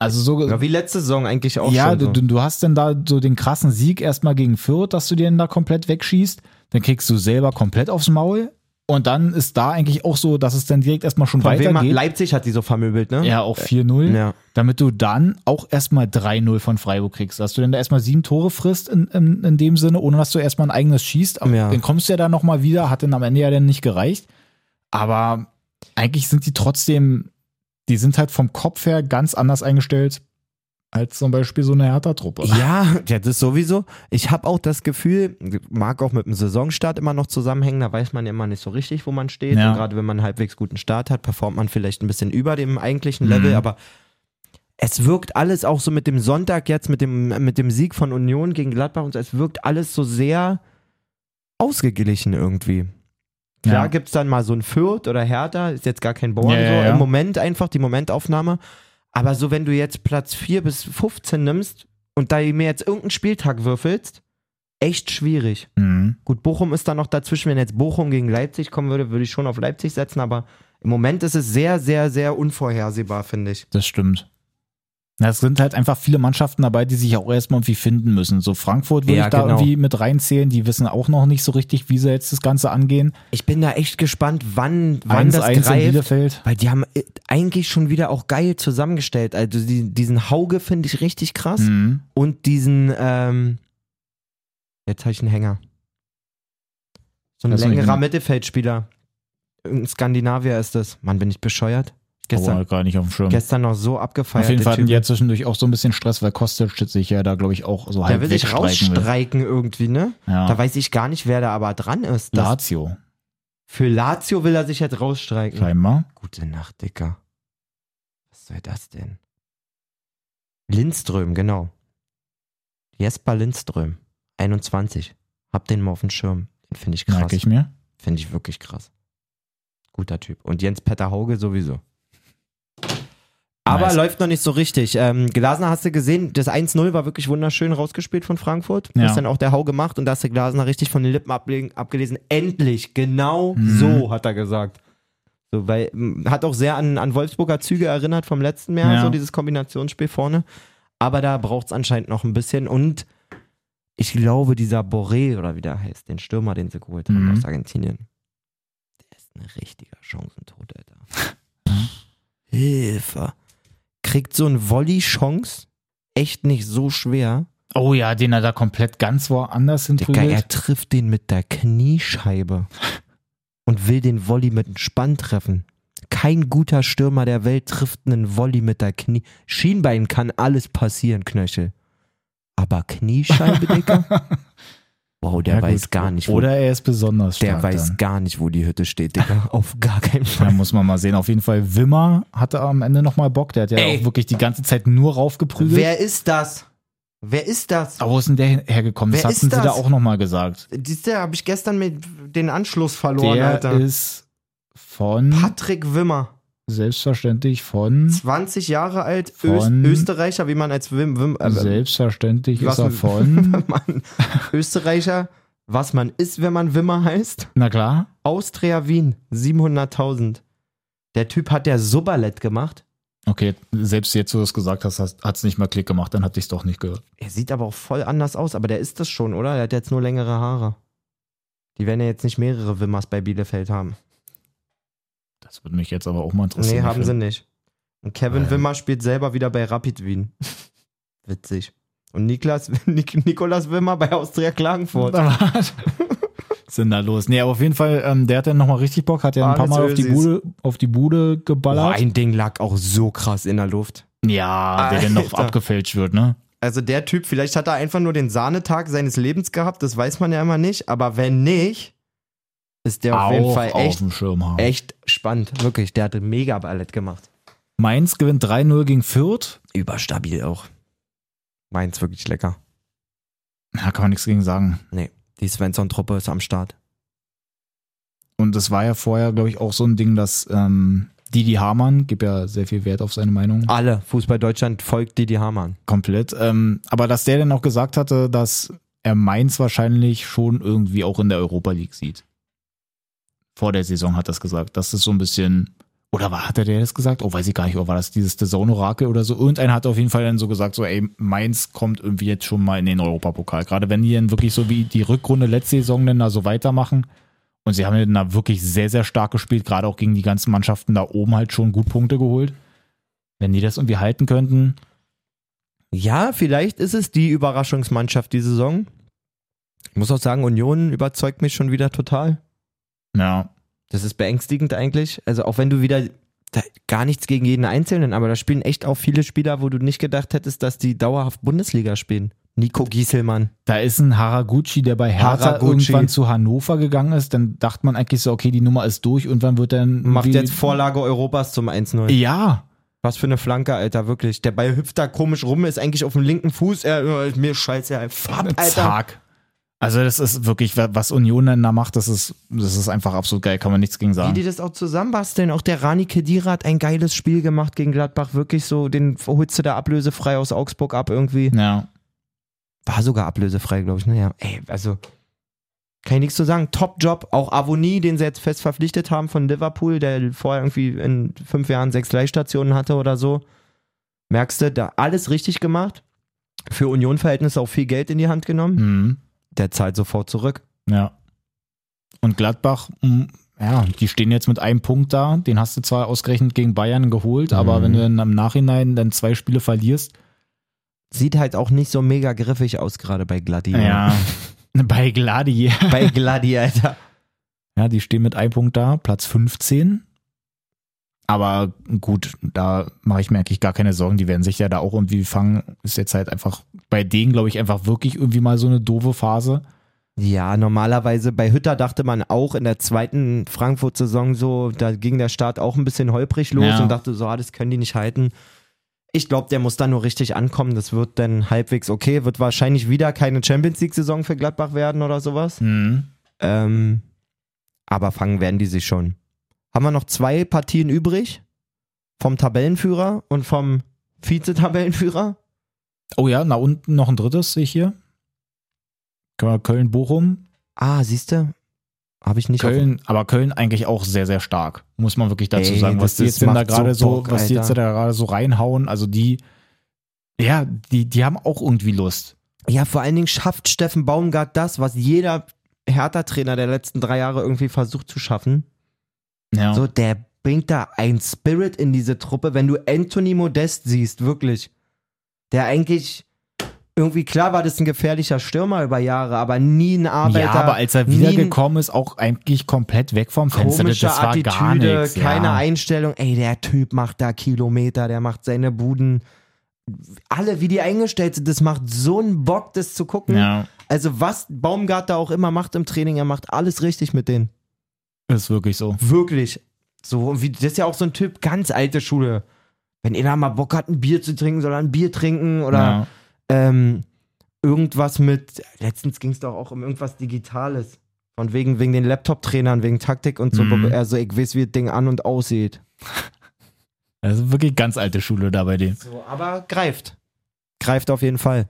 Also so. Ja, wie letzte Saison eigentlich auch ja, schon. du, so. du, du hast dann da so den krassen Sieg erstmal gegen Fürth, dass du den da komplett wegschießt. Dann kriegst du selber komplett aufs Maul. Und dann ist da eigentlich auch so, dass es dann direkt erstmal schon Von wem hat, weitergeht. Leipzig hat die so vermöbelt, ne? Ja, auch 4-0. Ja. damit du dann auch erstmal 3-0 von Freiburg kriegst. Dass du dann da erstmal sieben Tore frisst in, in, in dem Sinne, ohne dass du erstmal ein eigenes schießt. Aber Ja. dann kommst du ja dann nochmal wieder, hat dann am Ende ja dann nicht gereicht. Aber eigentlich sind die trotzdem, die sind halt vom Kopf her ganz anders eingestellt als zum Beispiel so eine Hertha-Truppe. Ja, ja, das sowieso. Ich habe auch das Gefühl, mag auch mit dem Saisonstart immer noch zusammenhängen, da weiß man ja immer nicht so richtig, wo man steht. Ja. Und gerade wenn man einen halbwegs guten Start hat, performt man vielleicht ein bisschen über dem eigentlichen Level, Mhm. aber es wirkt alles auch so mit dem Sonntag jetzt, mit dem, mit dem Sieg von Union gegen Gladbach und so, es wirkt alles so sehr ausgeglichen irgendwie. Klar Ja. gibt's dann mal so ein Fürth oder Hertha, ist jetzt gar kein Born, Ja, so ja, ja. im Moment einfach die Momentaufnahme. Aber so, wenn du jetzt Platz 4 bis 15 nimmst und da mir jetzt irgendeinen Spieltag würfelst, echt schwierig. Mhm. Gut, Bochum ist da noch dazwischen. Wenn jetzt Bochum gegen Leipzig kommen würde, würde ich schon auf Leipzig setzen, aber im Moment ist es sehr, sehr, sehr unvorhersehbar, finde ich. Das stimmt. Na, Es sind halt einfach viele Mannschaften dabei, die sich auch erstmal irgendwie finden müssen. So Frankfurt würde Ja, ich da genau. irgendwie mit reinzählen. Die wissen auch noch nicht so richtig, wie sie jetzt das Ganze angehen. Ich bin da echt gespannt, wann, wann 1-1 das in greift. Bielefeld. Weil die haben äh, eigentlich schon wieder auch geil zusammengestellt. Also die, diesen Hauge finde ich richtig krass. Mhm. und diesen, ähm, jetzt habe ich einen Hänger. So ein Weiß nicht längerer genau. Mittelfeldspieler. Irgendein Skandinavier ist das. Mann, bin ich bescheuert. Gestern, Aber gar nicht auf dem Schirm. gestern noch so abgefeiert. Auf jeden der Fall hatten Typ. die ja zwischendurch auch so ein bisschen Stress, weil Kostic sich ja da, glaube ich, auch so Der halb will sich wegstreiken will. rausstreiken irgendwie, ne? Da Ja. weiß ich gar nicht, wer da aber dran ist. Das, Lazio, für Lazio will er sich jetzt rausstreiken. scheinbar. Gute Nacht, Dicker. Was soll das denn? Lindström, genau. Jesper Lindström, 21. Hab den mal auf dem Schirm. Den finde ich krass. Merke ich mir. Finde ich wirklich krass. Guter Typ. Und Jens Petter Hauge sowieso. Aber Nice. läuft noch nicht so richtig. Ähm, Glasner hast du gesehen, das 1-0 war wirklich wunderschön rausgespielt von Frankfurt. Ja. Das dann auch der Hau gemacht und da hast du Glasner richtig von den Lippen ablegen, abgelesen. Endlich, genau Mhm. so, hat er gesagt. So, weil, m, hat auch sehr an, an Wolfsburger Züge erinnert vom letzten Jahr, Ja. so dieses Kombinationsspiel vorne. Aber da braucht es anscheinend noch ein bisschen. Und ich glaube, dieser Boré oder wie der heißt, den Stürmer, den sie geholt haben Mhm. aus Argentinien, der ist ein richtiger Chancentod, Alter. Hilfe. Kriegt so ein Volley-Chance echt nicht so schwer. Oh ja, den er da komplett ganz woanders hin Digga, er prügelt. trifft den mit der Kniescheibe und will den Volley mit dem Spann treffen. Kein guter Stürmer der Welt trifft einen Volley mit der Knie. Schienbein kann alles passieren, Knöchel. Aber Kniescheibe, Digga? *laughs* Wow, der Ja, gut. weiß gar nicht, wo, Oder er ist besonders der stark. weiß dann. gar nicht, wo die Hütte *laughs* steht, Digga. Auf gar keinen Fall. Da muss man mal sehen. Auf jeden Fall, Wimmer hatte am Ende nochmal Bock. Der hat ja Ey. auch wirklich die ganze Zeit nur raufgeprügelt. Wer ist das? Wer ist das? Aber wo ist denn der hin- hergekommen? Wer das ist hatten das? sie da auch nochmal gesagt. Der habe ich gestern mit den Anschluss verloren, Der Alter. ist von, Patrick Wimmer. selbstverständlich von, 20 Jahre alt, Ös Von- Österreicher, wie man als Wim, Wim äh, selbstverständlich ist was er mit- *laughs* von, man, Österreicher, was man ist, wenn man Wimmer heißt. na klar, Austria Wien, 700.000. Der Typ hat der Subalett gemacht. Okay, selbst jetzt, wo du es gesagt hast, hat es nicht mal Klick gemacht, dann hatte ich es doch nicht gehört. Er sieht aber auch voll anders aus, aber der ist das schon, oder? Der hat jetzt nur längere Haare. Die werden ja jetzt nicht mehrere Wimmers bei Bielefeld haben. Das würde mich jetzt aber auch mal interessieren. Nee, haben Ich sie find- nicht. Und Kevin Ähm. Wimmer spielt selber wieder bei *laughs* Rapid Wien. Witzig. Und Niklas, *laughs* Nik Nikolas Wimmer bei Austria *laughs* Klagenfurt. Was sind da los? Nee, aber auf jeden Fall, ähm, der hat dann nochmal richtig Bock, hat ja ein Alles paar Mal auf die, Ösis. Bude, auf die Bude Boah, geballert. ein Ding lag auch so krass in der Luft. ja, der dann noch Alter. abgefälscht wird, ne? Also der Typ, vielleicht hat er einfach nur den Sahnetag seines Lebens gehabt, das weiß man ja immer nicht. Aber wenn nicht, ist der auf jeden Auch Fall auf echt, dem Schirm haben. echt spannend. Wirklich, der hat ein mega Ballett gemacht. Mainz gewinnt 3-0 gegen Fürth. Überstabil auch. Meins wirklich lecker. Da kann man nichts gegen sagen. Die Svensson-Truppe ist am Start. Und es war ja vorher, glaube ich, auch so ein Ding, dass ähm, Didi Hamann, gibt ja sehr viel Wert auf seine Meinung. Alle, Fußball Deutschland folgt Didi Hamann. komplett. Ähm, aber dass der dann auch gesagt hatte, dass er Mainz wahrscheinlich schon irgendwie auch in der Europa League sieht. Vor der Saison hat das gesagt. Das ist so ein bisschen. Oder war, hatte der das gesagt? Oh, weiß ich gar nicht. Oder war das dieses Saison-Orakel oder so? Irgendeiner hat auf jeden Fall dann so gesagt, so, ey, Mainz kommt irgendwie jetzt schon mal in den Europapokal. Gerade wenn die dann wirklich so wie die Rückrunde letzte Saison dann da so weitermachen. Und sie haben dann da wirklich sehr, sehr stark gespielt. Gerade auch gegen die ganzen Mannschaften da oben halt schon gut Punkte geholt. Wenn die das irgendwie halten könnten, Ja, vielleicht ist es die Überraschungsmannschaft die Saison. Ich muss auch sagen, Union überzeugt mich schon wieder total. ja, Das ist beängstigend eigentlich. Also auch wenn du wieder da, gar nichts gegen jeden Einzelnen, aber da spielen echt auch viele Spieler, wo du nicht gedacht hättest, dass die dauerhaft Bundesliga spielen. Nico Gieselmann. Da ist ein Haraguchi, der bei Hertha Haraguchi. irgendwann zu Hannover gegangen ist. Dann dachte man eigentlich so, okay, die Nummer ist durch und wann wird dann. Macht irgendwie- jetzt Vorlage Europas zum 1-0. Ja. Was für eine Flanke, Alter, wirklich. Der Ball hüpft da komisch rum, ist eigentlich auf dem linken Fuß. Er, äh, mir scheiße, er Farb, Alter. Zack. Also, das ist wirklich, wa- was Union dann da macht, das ist, das ist einfach absolut geil, kann man nichts gegen Wie sagen. die das auch zusammenbasteln. Auch der Rani Kedira hat ein geiles Spiel gemacht gegen Gladbach. Wirklich so, den holst du da ablösefrei aus Augsburg ab irgendwie. Ja. War sogar ablösefrei, glaube ich. Naja, ey, also kann ich nichts zu sagen. Top-Job. Auch Avoni, den sie jetzt fest verpflichtet haben von Liverpool, der vorher irgendwie in fünf Jahren sechs Leihstationen hatte oder so. Merkst du, da alles richtig gemacht. Für Union-Verhältnisse auch viel Geld in die Hand genommen. Mhm. Der zahlt sofort zurück. Ja. Und Gladbach, mh, ja, die stehen jetzt mit einem Punkt da. Den hast du zwar ausgerechnet gegen Bayern geholt, aber Mhm. wenn du dann im Nachhinein dann zwei Spiele verlierst, Sieht halt auch nicht so mega griffig aus, gerade bei Gladier. ja. *laughs* bei Gladier. *laughs* Bei Gladier, Alter. Ja, die stehen mit einem Punkt da, Platz 15. Aber gut, da mache ich mir eigentlich gar keine Sorgen. Die werden sich ja da auch irgendwie fangen. Ist jetzt halt einfach bei denen, glaube ich, einfach wirklich irgendwie mal so eine doofe Phase. Ja, normalerweise bei Hütter dachte man auch in der zweiten Frankfurt-Saison so, da ging der Start auch ein bisschen holprig los Ja. und dachte so, ah, das können die nicht halten. Ich glaube, der muss da nur richtig ankommen. Das wird dann halbwegs okay. Wird wahrscheinlich wieder keine Champions League-Saison für Gladbach werden oder sowas. Ähm, aber fangen werden die sich schon. Haben wir noch zwei Partien übrig? Vom Tabellenführer und vom Vize-Tabellenführer? Oh ja, na unten noch ein drittes, sehe ich hier. Können wir Köln-Bochum. Ah, siehst du? Habe ich nicht auf- Köln, aber Köln eigentlich auch sehr, sehr stark, muss man wirklich dazu Ey, sagen. Was das die ist- jetzt denn da macht so gerade so, Bock, was die jetzt da Alter. gerade so reinhauen, also die, ja, die, die haben auch irgendwie Lust. Ja, vor allen Dingen schafft Steffen Baumgart das, was jeder Hertha-Trainer der letzten drei Jahre irgendwie versucht zu schaffen. Ja. So, der bringt da einen Spirit in diese Truppe, wenn du Anthony Modest siehst, wirklich. Der eigentlich irgendwie klar war, das ein gefährlicher Stürmer über Jahre, aber nie ein Arbeiter. Ja, aber als er nie ein wiedergekommen ist, auch eigentlich komplett weg vom Fenster. Das komische das war Attitüde, gar nichts. keine ja. Einstellung. Ey, der Typ macht da Kilometer, der macht seine Buden. Alle, wie die eingestellt sind, das macht so einen Bock, das zu gucken. Ja, Also was Baumgart da auch immer macht im Training, er macht alles richtig mit denen. ist wirklich so. Wirklich. So, und wie, das ist ja auch so ein Typ, ganz alte Schule. Wenn einer mal Bock hat, ein Bier zu trinken, soll er ein Bier trinken oder ja. ähm, irgendwas mit, letztens ging es doch auch um irgendwas Digitales. Von wegen, wegen den Laptop-Trainern, wegen Taktik und so. Mhm. Also ich weiß, wie das Ding an und aussieht. Das ist wirklich ganz alte Schule da bei denen. So, aber greift. Greift auf jeden Fall.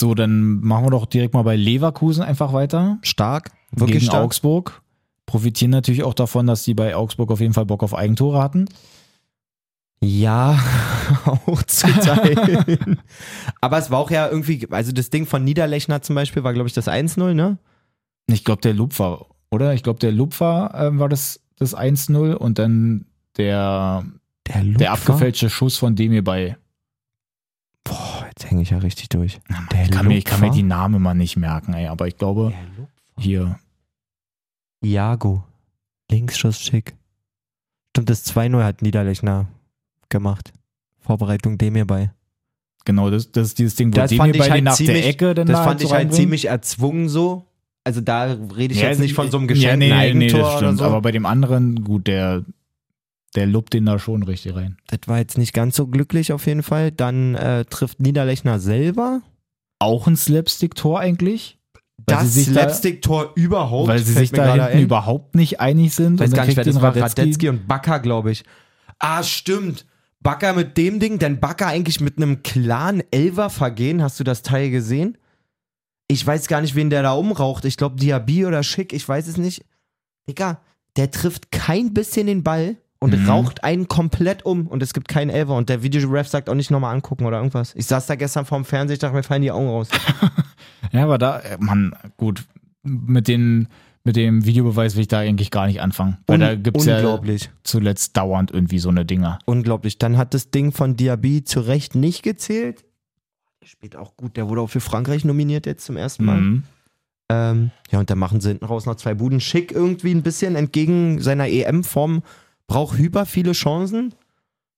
So, dann machen wir doch direkt mal bei Leverkusen einfach weiter. Stark. Wirklich gegen stark. Augsburg. Profitieren natürlich auch davon, dass die bei Augsburg auf jeden Fall Bock auf Eigentore hatten. Ja, *laughs* auch zu teilen. Aber es war auch ja irgendwie, also das Ding von Niederlechner zum Beispiel war, glaube ich, das 1-0, ne? Ich glaube, der Lupfer, oder? Ich glaube, der Lupfer ähm, war das, das 1-0 und dann der, der abgefälschte Schuss von dem hier bei. Boah, jetzt hänge ich ja richtig durch. Ich kann, mir, ich kann mir Lupfer? die Namen mal nicht merken, ey, aber ich glaube, hier. Iago. Linksschuss schick. Stimmt, das 2-0 hat Niederlechner gemacht. Vorbereitung dem hier bei. Genau, das, das ist dieses Ding, wo Das dem fand hier ich bei halt nach der ziemlich- Ecke dann Das da fand so ich halt reinbringen. ziemlich erzwungen so. Also da rede ich Ja, jetzt nicht von so einem ja, geschenkten nee, nee, Eigentor das oder stimmt, so. Aber bei dem anderen, gut, der, der lobt den da schon richtig rein. Das war jetzt nicht ganz so glücklich auf jeden Fall. Dann äh, trifft Niederlechner selber. Auch ein Slapstick-Tor eigentlich? Weil sie das sich da- Slapstick-Tor überhaupt. weil sie fällt sich mir da gerade hinten ein. überhaupt nicht einig sind. Ich weiß und gar dann nicht, wer kriegt das war. den Radetzky. Radetzky und Bakker, glaube ich. Ah, stimmt. Bakker mit dem Ding, denn Bakker eigentlich mit einem klaren Elver-Vergehen. Hast du das Teil gesehen? Ich weiß gar nicht, wen der da umraucht. Ich glaube, Diaby oder Schick, ich weiß es nicht. Digga, der trifft kein bisschen den Ball und Mhm. raucht einen komplett um und es gibt keinen Elver. Und der Videoref sagt auch nicht nochmal angucken oder irgendwas. Ich saß da gestern vorm Fernseher, ich dachte, mir fallen die Augen raus. Ja, aber da, äh, Mann, gut, mit, den, mit dem Videobeweis will ich da eigentlich gar nicht anfangen. Weil da gibt es ja Unglaublich. zuletzt dauernd irgendwie so eine Dinger. Unglaublich. Dann hat das Ding von Diaby zu Recht nicht gezählt. Der spielt auch gut. Der wurde auch für Frankreich nominiert jetzt zum ersten Mal. Mhm. Ähm, ja, und dann machen sie hinten raus noch zwei Buden. Schick irgendwie ein bisschen entgegen seiner EM-Form E braucht hyper viele Chancen,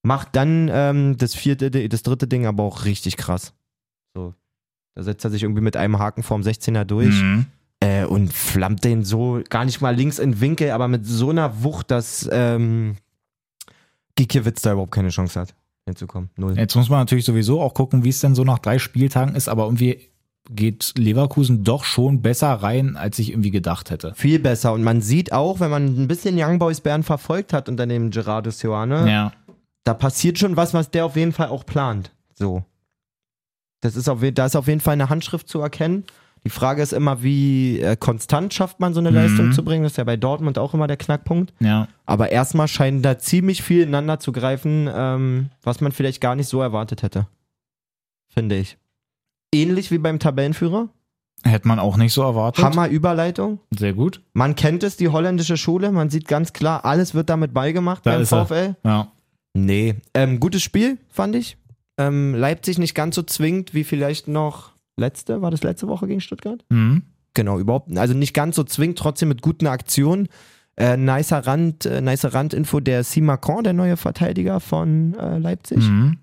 macht dann ähm, das vierte, das dritte Ding aber auch richtig krass. So. Da setzt er sich irgendwie mit einem Haken vorm 16er durch Mhm. äh, und flammt den so gar nicht mal links in den Winkel, aber mit so einer Wucht, dass ähm, Gikiewicz da überhaupt keine Chance hat, hinzukommen. Null. Jetzt muss man natürlich sowieso auch gucken, wie es denn so nach drei Spieltagen ist, aber irgendwie geht Leverkusen doch schon besser rein, als ich irgendwie gedacht hätte. Viel besser. Und man sieht auch, wenn man ein bisschen Young Boys Bern verfolgt hat unter dem Gerardo Sioane, Ja. da passiert schon was, was der auf jeden Fall auch plant. So. Das ist auf, je- da ist auf jeden Fall eine Handschrift zu erkennen. Die Frage ist immer, wie äh, konstant schafft man so eine Mhm. Leistung zu bringen. Das ist ja bei Dortmund auch immer der Knackpunkt. Ja. Aber erstmal scheinen da ziemlich viel ineinander zu greifen, ähm, was man vielleicht gar nicht so erwartet hätte. Finde ich. Ähnlich wie beim Tabellenführer. Hätte man auch nicht so erwartet. Hammer Überleitung. Sehr gut. Man kennt es, die holländische Schule. Man sieht ganz klar, alles wird damit beigemacht Da beim ist er. VfL. Ja. Nee. Ähm, gutes Spiel, fand ich. Ähm, Leipzig nicht ganz so zwingend wie vielleicht noch letzte, war das letzte Woche gegen Stuttgart? Mhm. Genau, überhaupt. Also nicht ganz so zwingend, trotzdem mit guten Aktionen. Äh, nicer Rand, äh, nicer Randinfo der Simacon, der neue Verteidiger von äh, Leipzig. Mhm.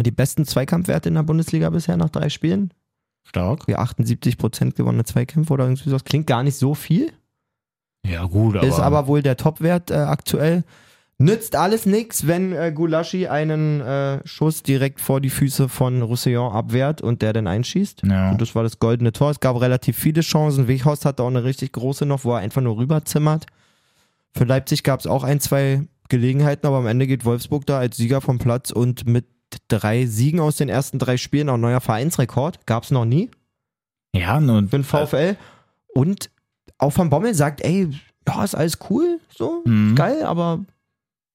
Die besten Zweikampfwerte in der Bundesliga bisher nach drei Spielen. Stark. Wir 78 Prozent gewonnene Zweikämpfe oder irgendwie sowas. Klingt gar nicht so viel. Ja, gut, aber. Ist aber wohl der Topwert äh, aktuell. Nützt alles nichts, wenn äh, Gulaschi einen äh, Schuss direkt vor die Füße von Roussillon abwehrt und der dann einschießt. ja. Und das war das goldene Tor. Es gab relativ viele Chancen. Weghorst hatte auch eine richtig große noch, wo er einfach nur rüberzimmert. Für Leipzig gab es auch ein, zwei Gelegenheiten, aber am Ende geht Wolfsburg da als Sieger vom Platz und mit drei Siegen aus den ersten drei Spielen auch neuer Vereinsrekord. Gab es noch nie ja, und für den VfL. Und auch Van Bommel sagt, ey, ja, ist alles cool, so, Mhm. geil, aber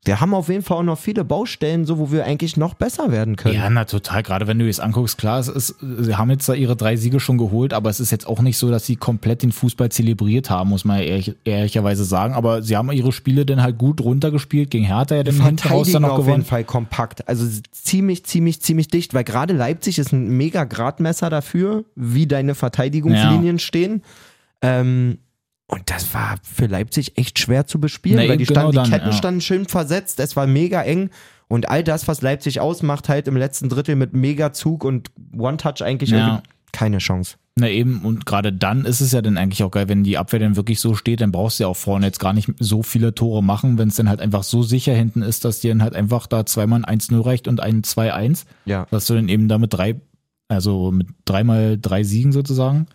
wir haben auf jeden Fall auch noch viele Baustellen, so, wo wir eigentlich noch besser werden können. Ja, na total. Gerade wenn du jetzt anguckst, klar, es ist, sie haben jetzt da ihre drei Siege schon geholt, aber es ist jetzt auch nicht so, dass sie komplett den Fußball zelebriert haben, muss man ja ehrlich, ehrlicherweise sagen. Aber sie haben ihre Spiele dann halt gut runtergespielt gegen Hertha, ja, dann hinten raus dann Verteidigen noch auf jeden gewonnen. Fall kompakt. Also s- ziemlich, ziemlich, ziemlich dicht, weil gerade Leipzig ist ein mega Gradmesser dafür, wie deine Verteidigungslinien stehen. Ähm, und das war für Leipzig echt schwer zu bespielen, Nee, weil die, genau standen, die dann, Ketten ja. standen schön versetzt, es war mega eng. Und all das, was Leipzig ausmacht, halt im letzten Drittel mit Mega-Zug und One-Touch eigentlich Ja. irgendwie keine Chance. Na eben, und gerade dann ist es ja dann eigentlich auch geil, wenn die Abwehr dann wirklich so steht, dann brauchst du ja auch vorne jetzt gar nicht so viele Tore machen, wenn es dann halt einfach so sicher hinten ist, dass dir dann halt einfach da zweimal ein 1-0 reicht und ein 2-1. Ja. dass du dann eben damit drei, also mit dreimal drei Siegen sozusagen,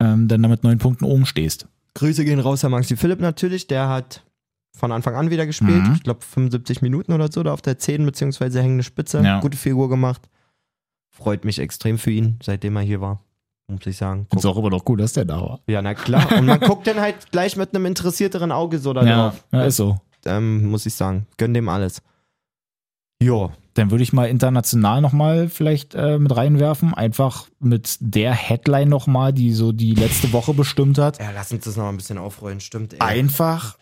ähm, dann damit neun Punkten oben stehst. Grüße gehen raus an Maxi Philipp natürlich, der hat von Anfang an wieder gespielt. Mhm. Ich glaube 75 Minuten oder so da auf der 10 beziehungsweise hängende Spitze. Ja. Gute Figur gemacht. Freut mich extrem für ihn, seitdem er hier war, muss ich sagen. Guck. Ist auch immer noch gut, dass der da war. Ja, na klar. Und man guckt dann halt gleich mit einem interessierteren Auge so da Ja, drauf. ja, ist so. Ähm, muss ich sagen. Gönn dem alles. Jo. Dann würde ich mal international nochmal vielleicht äh, mit reinwerfen. Einfach mit der Headline nochmal, die so die letzte Woche bestimmt hat. Ja, lass uns das noch mal ein bisschen aufrollen, stimmt. Ey. Einfach,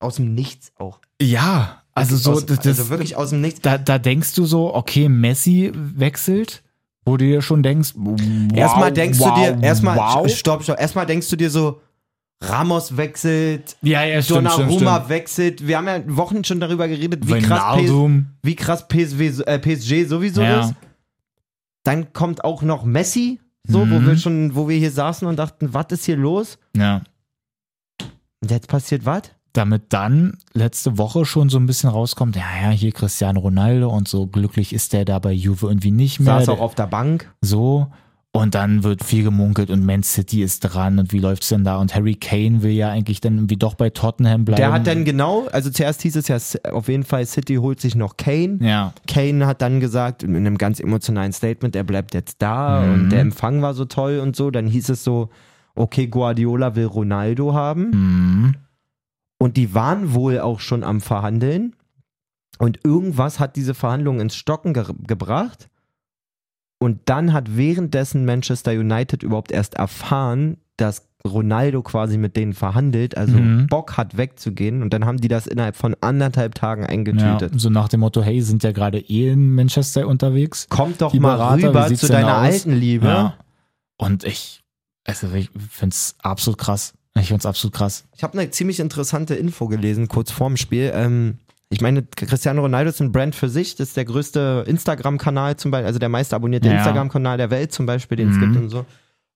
Aus dem Nichts auch. ja. Also so, aus, das, das, also wirklich aus dem Nichts. da, da denkst du so, okay, Messi wechselt, wo du dir schon denkst, wow, erstmal denkst wow, du dir, erstmal, wow. stopp, stopp, erstmal denkst du dir so, Ramos wechselt, ja, ja, stimmt, stimmt, Donnarumma stimmt. wechselt, wechselt. Wir haben ja Wochen schon darüber geredet, wie krass, PS, Wijnaldum. wie krass PSW, so- äh, PSG sowieso Ja. ist. Dann kommt auch noch Messi, so, wo Mhm. wir schon, wo wir hier saßen und dachten, was ist hier los? Ja. Und jetzt passiert was? Damit dann letzte Woche schon so ein bisschen rauskommt, ja, ja, hier Cristiano Ronaldo und so glücklich ist der da bei Juve irgendwie nicht mehr. Saß auch auf der Bank. so. Und dann wird viel gemunkelt und Man City ist dran und wie läuft's denn da? Und Harry Kane will ja eigentlich dann irgendwie doch bei Tottenham bleiben. Der hat dann genau, also zuerst hieß es ja auf jeden Fall, City holt sich noch Kane. ja, Kane hat dann gesagt, in einem ganz emotionalen Statement, er bleibt jetzt da Mhm. und der Empfang war so toll und so. Dann hieß es so, okay, Guardiola will Ronaldo haben. hm, Und die waren wohl auch schon am Verhandeln. Und irgendwas hat diese Verhandlungen ins Stocken ge gebracht. Und dann hat währenddessen Manchester United überhaupt erst erfahren, dass Ronaldo quasi mit denen verhandelt, also Mhm. Bock hat wegzugehen. Und dann haben die das innerhalb von anderthalb Tagen ja, eingetütet. so nach dem Motto, hey, sind ja gerade eh in Manchester unterwegs. Kommt doch Die mal Berater, wie rüber sieht's zu denn deiner aus? alten Liebe. Ja. Und ich, also ich find's absolut krass. Ich find's absolut krass. Ich habe eine ziemlich interessante Info gelesen, kurz vorm Spiel. Ähm, ich meine, Cristiano Ronaldo ist ein Brand für sich, das ist der größte Instagram-Kanal zum Beispiel, also der meist abonnierte Ja. Instagram-Kanal der Welt zum Beispiel, den es Mhm. gibt und so.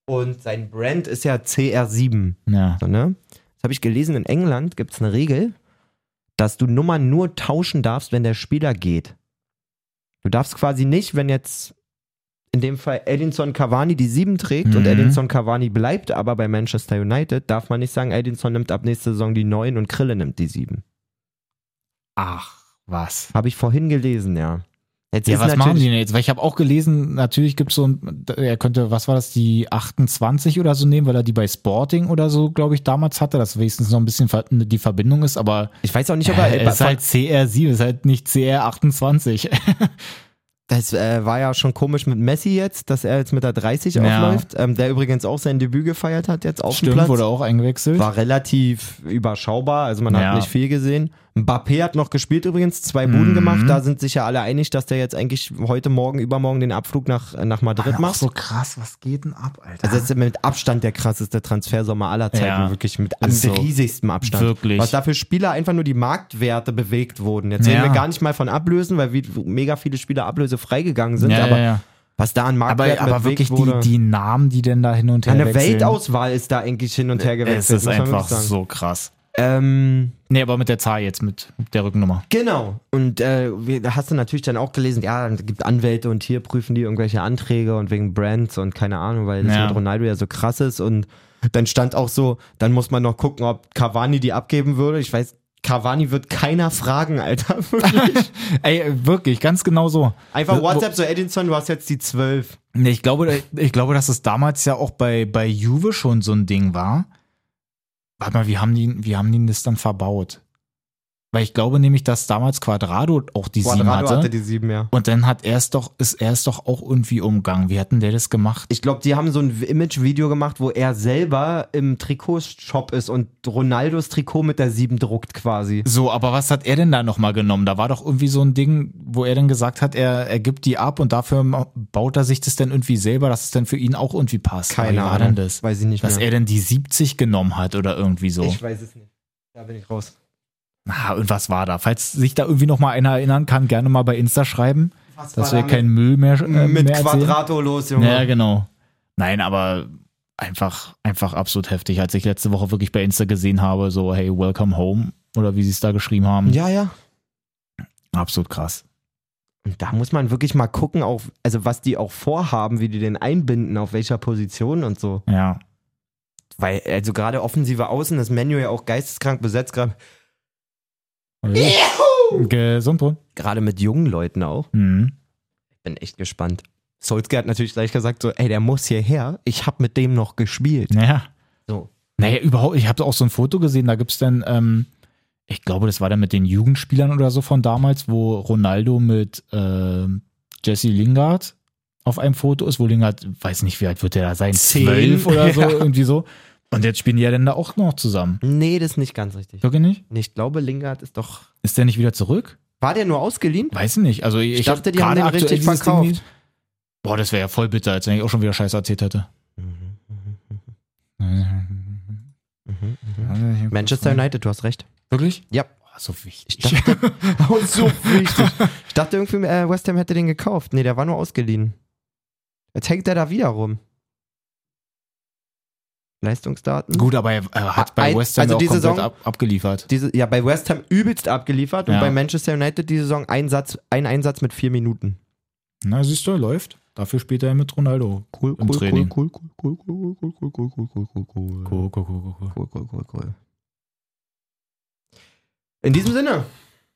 Und sein Brand ist ja CR7. Ja. So, ne? Das habe ich gelesen, in England gibt es eine Regel, dass du Nummern nur tauschen darfst, wenn der Spieler geht. Du darfst quasi nicht, wenn jetzt in dem Fall Edinson Cavani die 7 trägt und Mhm. Edinson Cavani bleibt aber bei Manchester United, darf man nicht sagen, Edinson nimmt ab nächste Saison die 9 und Krille nimmt die 7. Ach, was? Habe ich vorhin gelesen, ja. Jetzt Ja, ist was machen die natürlich, denn jetzt? Weil ich habe auch gelesen, natürlich gibt's so ein, er könnte, was war das, die 28 oder so nehmen, weil er die bei Sporting oder so, glaube ich, damals hatte, dass wenigstens noch ein bisschen ver- die Verbindung ist, aber ich weiß auch nicht, ob er, äh, es ist von- halt CR7, es ist halt nicht CR28. Das äh, war ja schon komisch mit Messi jetzt, dass er jetzt mit der 30 Ja. aufläuft, ähm, der übrigens auch sein Debüt gefeiert hat jetzt auf *laughs* dem Stimmt, Platz. wurde auch eingewechselt. War relativ überschaubar, also man hat Ja. nicht viel gesehen. Mbappé hat noch gespielt übrigens, zwei Buden Mhm. gemacht, da sind sich ja alle einig, dass der jetzt eigentlich heute Morgen, übermorgen den Abflug nach, äh, nach Madrid Auch macht. so krass, was geht denn ab, Alter? Also das ist mit Abstand der krasseste Transfersommer aller Zeiten, Ja. wirklich mit am Ist so. riesigsten Abstand. Wirklich. Was dafür Spieler einfach nur die Marktwerte bewegt wurden. Jetzt Ja. reden wir gar nicht mal von Ablösen, weil wie, mega viele Spieler ablösefrei gegangen sind, aber was da an Aber, Marktwerten aber bewegt wirklich wurde. die, die Namen, die denn da hin und her eine wechseln. Weltauswahl ist da eigentlich hin und her Es gewechselt. ist muss man einfach wirklich sagen. so krass. Ähm, Nee, aber mit der Zahl jetzt, mit der Rückennummer. Genau. Und äh, wir- da hast du natürlich dann auch gelesen, ja, es gibt Anwälte und hier prüfen die irgendwelche Anträge und wegen Brands und keine Ahnung, weil das Ja. mit Ronaldo ja so krass ist. Und dann stand auch so, dann muss man noch gucken, ob Cavani die abgeben würde. Ich weiß, Cavani wird keiner fragen, *laughs* Alter. Ey, wirklich, ganz genau so. Einfach Wo- WhatsApp so, Edinson, du hast jetzt die 12. Nee, ich glaube, ich glaube, dass es damals ja auch bei, bei Juve schon so ein Ding war. Warte mal, wie haben die, wie haben die das dann verbaut? Weil ich glaube nämlich, dass damals Quadrado auch die sieben Quadrado hatte. hatte die 7, ja. und dann hat er es doch, ist er es doch auch irgendwie umgangen. Wie hat denn der das gemacht? Ich glaube, die haben so ein Image-Video gemacht, wo er selber im Trikotshop ist und Ronaldos Trikot mit der 7 druckt quasi. So, aber was hat er denn da nochmal genommen? Da war doch irgendwie so ein Ding, wo er dann gesagt hat, er, er gibt die ab und dafür ma- baut er sich das dann irgendwie selber, dass es dann für ihn auch irgendwie passt. Aber Keine wie war Ahnung. denn das? Weiß ich nicht Dass mehr. er denn die 70 genommen hat oder irgendwie so. Ich weiß es nicht. Da bin ich raus. Na, und was war da? Falls sich da irgendwie noch mal einer erinnern kann, gerne mal bei Insta schreiben, Was dass wir keinen Müll mehr äh, mit mehr erzählen. Quadrato los, Junge. Ja, genau. Nein, aber einfach, einfach absolut heftig. Als ich letzte Woche wirklich bei Insta gesehen habe, so, hey, welcome home oder wie sie es da geschrieben haben. ja, ja. Absolut krass. Und da muss man wirklich mal gucken, auch, also was die auch vorhaben, wie die den einbinden, auf welcher Position und so. Ja. Weil, also gerade offensive Außen, das Menü ja auch geisteskrank besetzt, gerade- Gesund, Brunnen. gerade mit jungen Leuten auch. Mhm. Bin echt gespannt. Solskjaer hat natürlich gleich gesagt, so, ey, der muss hierher, ich hab mit dem noch gespielt. Naja. So. Naja, überhaupt, ich habe auch so ein Foto gesehen, da gibt's dann, ähm, ich glaube, das war dann mit den Jugendspielern oder so von damals, wo Ronaldo mit ähm, Jesse Lingard auf einem Foto ist, wo Lingard, weiß nicht, wie alt wird der da sein? Zehn. Zwölf oder so, *laughs* Ja. irgendwie so. Und jetzt spielen die ja dann da auch noch zusammen. Nee, das ist nicht ganz richtig. Wirklich nicht? Ich glaube, Lingard ist doch. Ist der nicht wieder zurück? War der nur ausgeliehen? Weiß ich nicht. Also ich, Ich dachte, hab die gerade haben den aktuell richtig dieses Ding verkauft. nicht- Boah, das wäre ja voll bitter, als wenn ich auch schon wieder Scheiße erzählt hätte. Mhm, Manchester United, du hast recht. Wirklich? Ja. Boah, so wichtig. Ich *laughs* dachte, oh, so wichtig. *laughs* Ich dachte irgendwie, äh, West Ham hätte den gekauft. Nee, der war nur ausgeliehen. Jetzt hängt der da wieder rum. Leistungsdaten. Gut, aber er, er hat bei Ein- West Ham also ja auch die komplett Saison- ab, abgeliefert. Diese, ja, bei West Ham übelst abgeliefert und Ja. bei Manchester United die Saison ein, Satz, ein Einsatz mit vier Minuten. Na, siehst du, läuft. Dafür spielt er mit Ronaldo. Cool, Im Training. cool, cool, cool, cool, cool, cool, cool, cool, cool, cool, cool, cool, cool. cool, cool. Cool, cool, cool, cool. In diesem Sinne.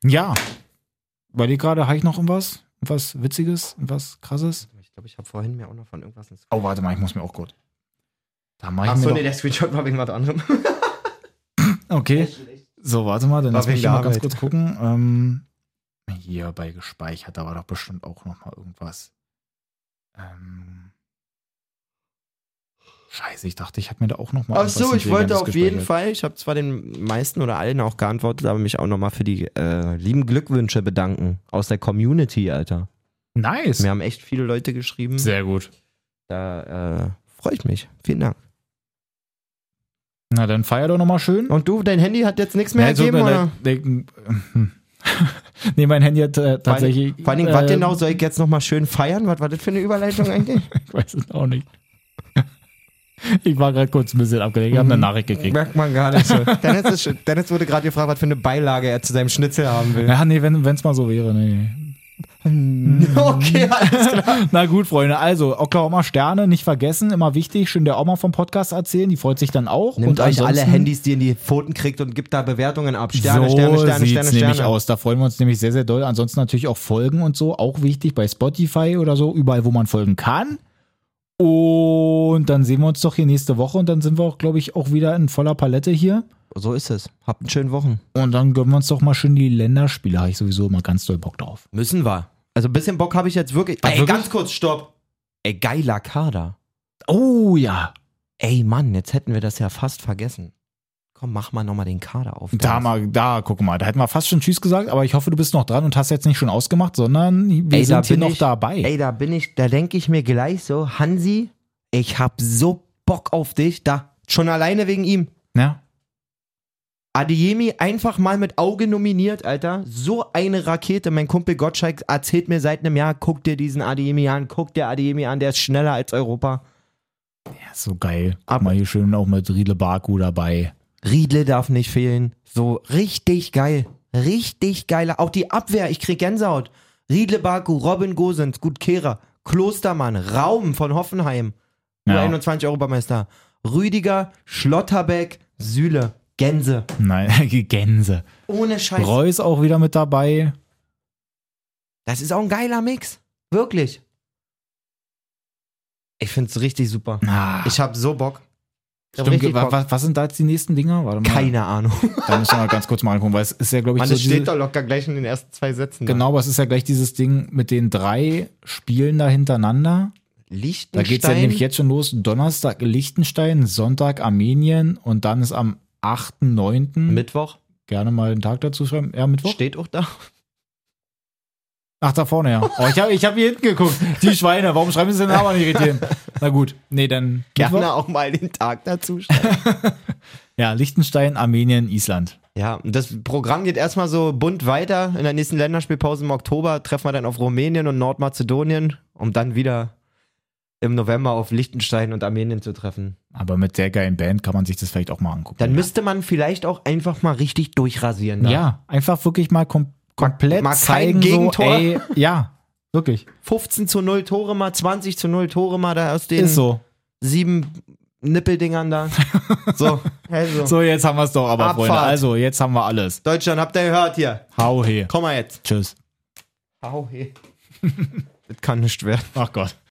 Ja. Bei dir gerade habe ich noch irgendwas? Was Witziges? Was Krasses? Ich glaube, ich habe vorhin mir auch noch von irgendwas ins Oh, warte mal, ich muss mir auch gut. Da mache ich Achso, mir nee, der Screenshot war wegen was anderem. *laughs* doch, Okay. So, warte mal, dann War lass mich wegen hier der mal ganz Arbeit. kurz gucken. Ähm, hier bei gespeichert, da war doch bestimmt auch noch mal irgendwas. Ähm, scheiße, ich dachte, ich habe mir da auch noch mal Ach so, irgendwas ich wollte Intelligentes auf jeden gespeichert. Fall, ich habe zwar den meisten oder allen auch geantwortet, aber mich auch nochmal für die äh, lieben Glückwünsche bedanken aus der Community, Alter. Nice. Hm. Mir haben echt viele Leute geschrieben. Sehr gut. Da äh, freue ich mich. Vielen Dank. Na, dann feier doch nochmal schön. Und du, dein Handy hat jetzt nichts mehr Ja, also, ergeben, äh, oder? äh, hm. *laughs* nee, mein Handy hat äh, tatsächlich. Vor allen Dingen, äh, was genau soll ich jetzt nochmal schön feiern? Was war das für eine Überleitung eigentlich? Ich *laughs* weiß es auch nicht. *laughs* Ich war gerade kurz ein bisschen abgelenkt. *laughs* Ich habe eine Nachricht gekriegt. Merkt man gar nicht so. *laughs* Dennis, ist, schon- Dennis wurde gerade gefragt, was für eine Beilage er zu seinem Schnitzel haben will. Ja, nee, wenn es mal so wäre. Nee, nee. *laughs* Okay, alles klar. Na gut, Freunde, also Oklahoma Sterne nicht vergessen, immer wichtig, schön der Oma vom Podcast erzählen, die freut sich dann auch. Nimmt euch alle ansonsten- Handys, die ihr in die Pfoten kriegt und gibt da Bewertungen ab. Sterne, so Sterne, Sterne, sieht's Sterne, nämlich Sterne. aus. Da freuen wir uns nämlich sehr, sehr doll. Ansonsten natürlich auch Folgen und so, auch wichtig bei Spotify oder so, überall, wo man folgen kann. Und dann sehen wir uns doch hier nächste Woche und dann sind wir auch, glaube ich, auch wieder in voller Palette hier. So ist es. Habt einen schönen Wochen. Und dann gönnen wir uns doch mal schön die Länderspiele. Habe ich sowieso immer ganz doll Bock drauf. Müssen wir. Also ein bisschen Bock habe ich jetzt wirklich. Ey, wirklich? ganz kurz, stopp. Ey, geiler Kader. Oh ja. Ey, Mann, jetzt hätten wir das ja fast vergessen. Komm, mach mal nochmal den Kader auf. Da mal, da, guck mal, da hätten wir fast schon Tschüss gesagt, aber ich hoffe, du bist noch dran und hast jetzt nicht schon ausgemacht, sondern wir Ey, da sind hier bin noch ich- dabei. Ey, da bin ich, da denke ich mir gleich so, Hansi, ich hab so Bock auf dich. Da, schon alleine wegen ihm. Ja. Adeyemi einfach mal mit Auge nominiert, Alter. So eine Rakete. Mein Kumpel Gottschalk erzählt mir seit einem Jahr, guck dir diesen Adeyemi an, guck dir Adeyemi an, der ist schneller als Europa. ja, so geil. Guck Aber- mal hier schön auch mit Riedle Baku dabei. Riedle darf nicht fehlen. So richtig geil. Richtig geile. Auch die Abwehr, ich krieg Gänsehaut. Riedle Baku, Robin Gosens, Gutkehrer, Klostermann, Raum von Hoffenheim, Ja. U21 Europameister, Rüdiger, Schlotterbeck, Süle, Gänse. Nein, *laughs* Gänse. Ohne Scheiß. Reus auch wieder mit dabei. Das ist auch ein geiler Mix. Wirklich. Ich find's richtig super. Ah, Ich hab so Bock. Ich hab stimmt, richtig wa- Bock. wa- was sind da jetzt die nächsten Dinger? Warte mal. Keine Ahnung. Da müssen wir mal ganz kurz mal angucken, weil es ist ja, glaube ich, Man, so das diese- steht doch locker gleich in den ersten zwei Sätzen. Genau, aber es ist ja gleich dieses Ding mit den drei Spielen da hintereinander. Da Liechtenstein. geht es ja nämlich jetzt schon los. Donnerstag Liechtenstein, Sonntag Armenien und dann ist am 8.9. Mittwoch. gerne mal einen Tag dazu schreiben. Ja, Mittwoch. Steht auch da. Ach, da vorne, ja. Oh, ich habe ich hab hier hinten geguckt. Die Schweine, warum schreiben sie den Namen nicht richtig hin? Na gut, nee, dann Mittwoch. Gerne auch mal den Tag dazu. schreiben. Ja, Liechtenstein, Armenien, Island. *laughs* ja, und das Programm geht erstmal so bunt weiter. In der nächsten Länderspielpause im Oktober treffen wir dann auf Rumänien und Nordmazedonien, um dann wieder im November auf Liechtenstein und Armenien zu treffen. Aber mit der geilen Band kann man sich das vielleicht auch mal angucken. Dann müsste man vielleicht auch einfach mal richtig durchrasieren. da. ja. ja, einfach wirklich mal kom komplett mal kein zeigen. Gegentor. So, ey, ja, wirklich. 15 zu 0 Tore mal, 20 zu 0 Tore mal da aus den Ist so. sieben Nippeldingern *laughs* da. So. Also. So, jetzt haben wir es doch, aber Freunde. Abfahrt. Also, jetzt haben wir alles. Deutschland, habt ihr gehört hier? Hau he. Komm mal jetzt. Tschüss. Hau, hey. *laughs* das kann nicht werden. Ach Gott.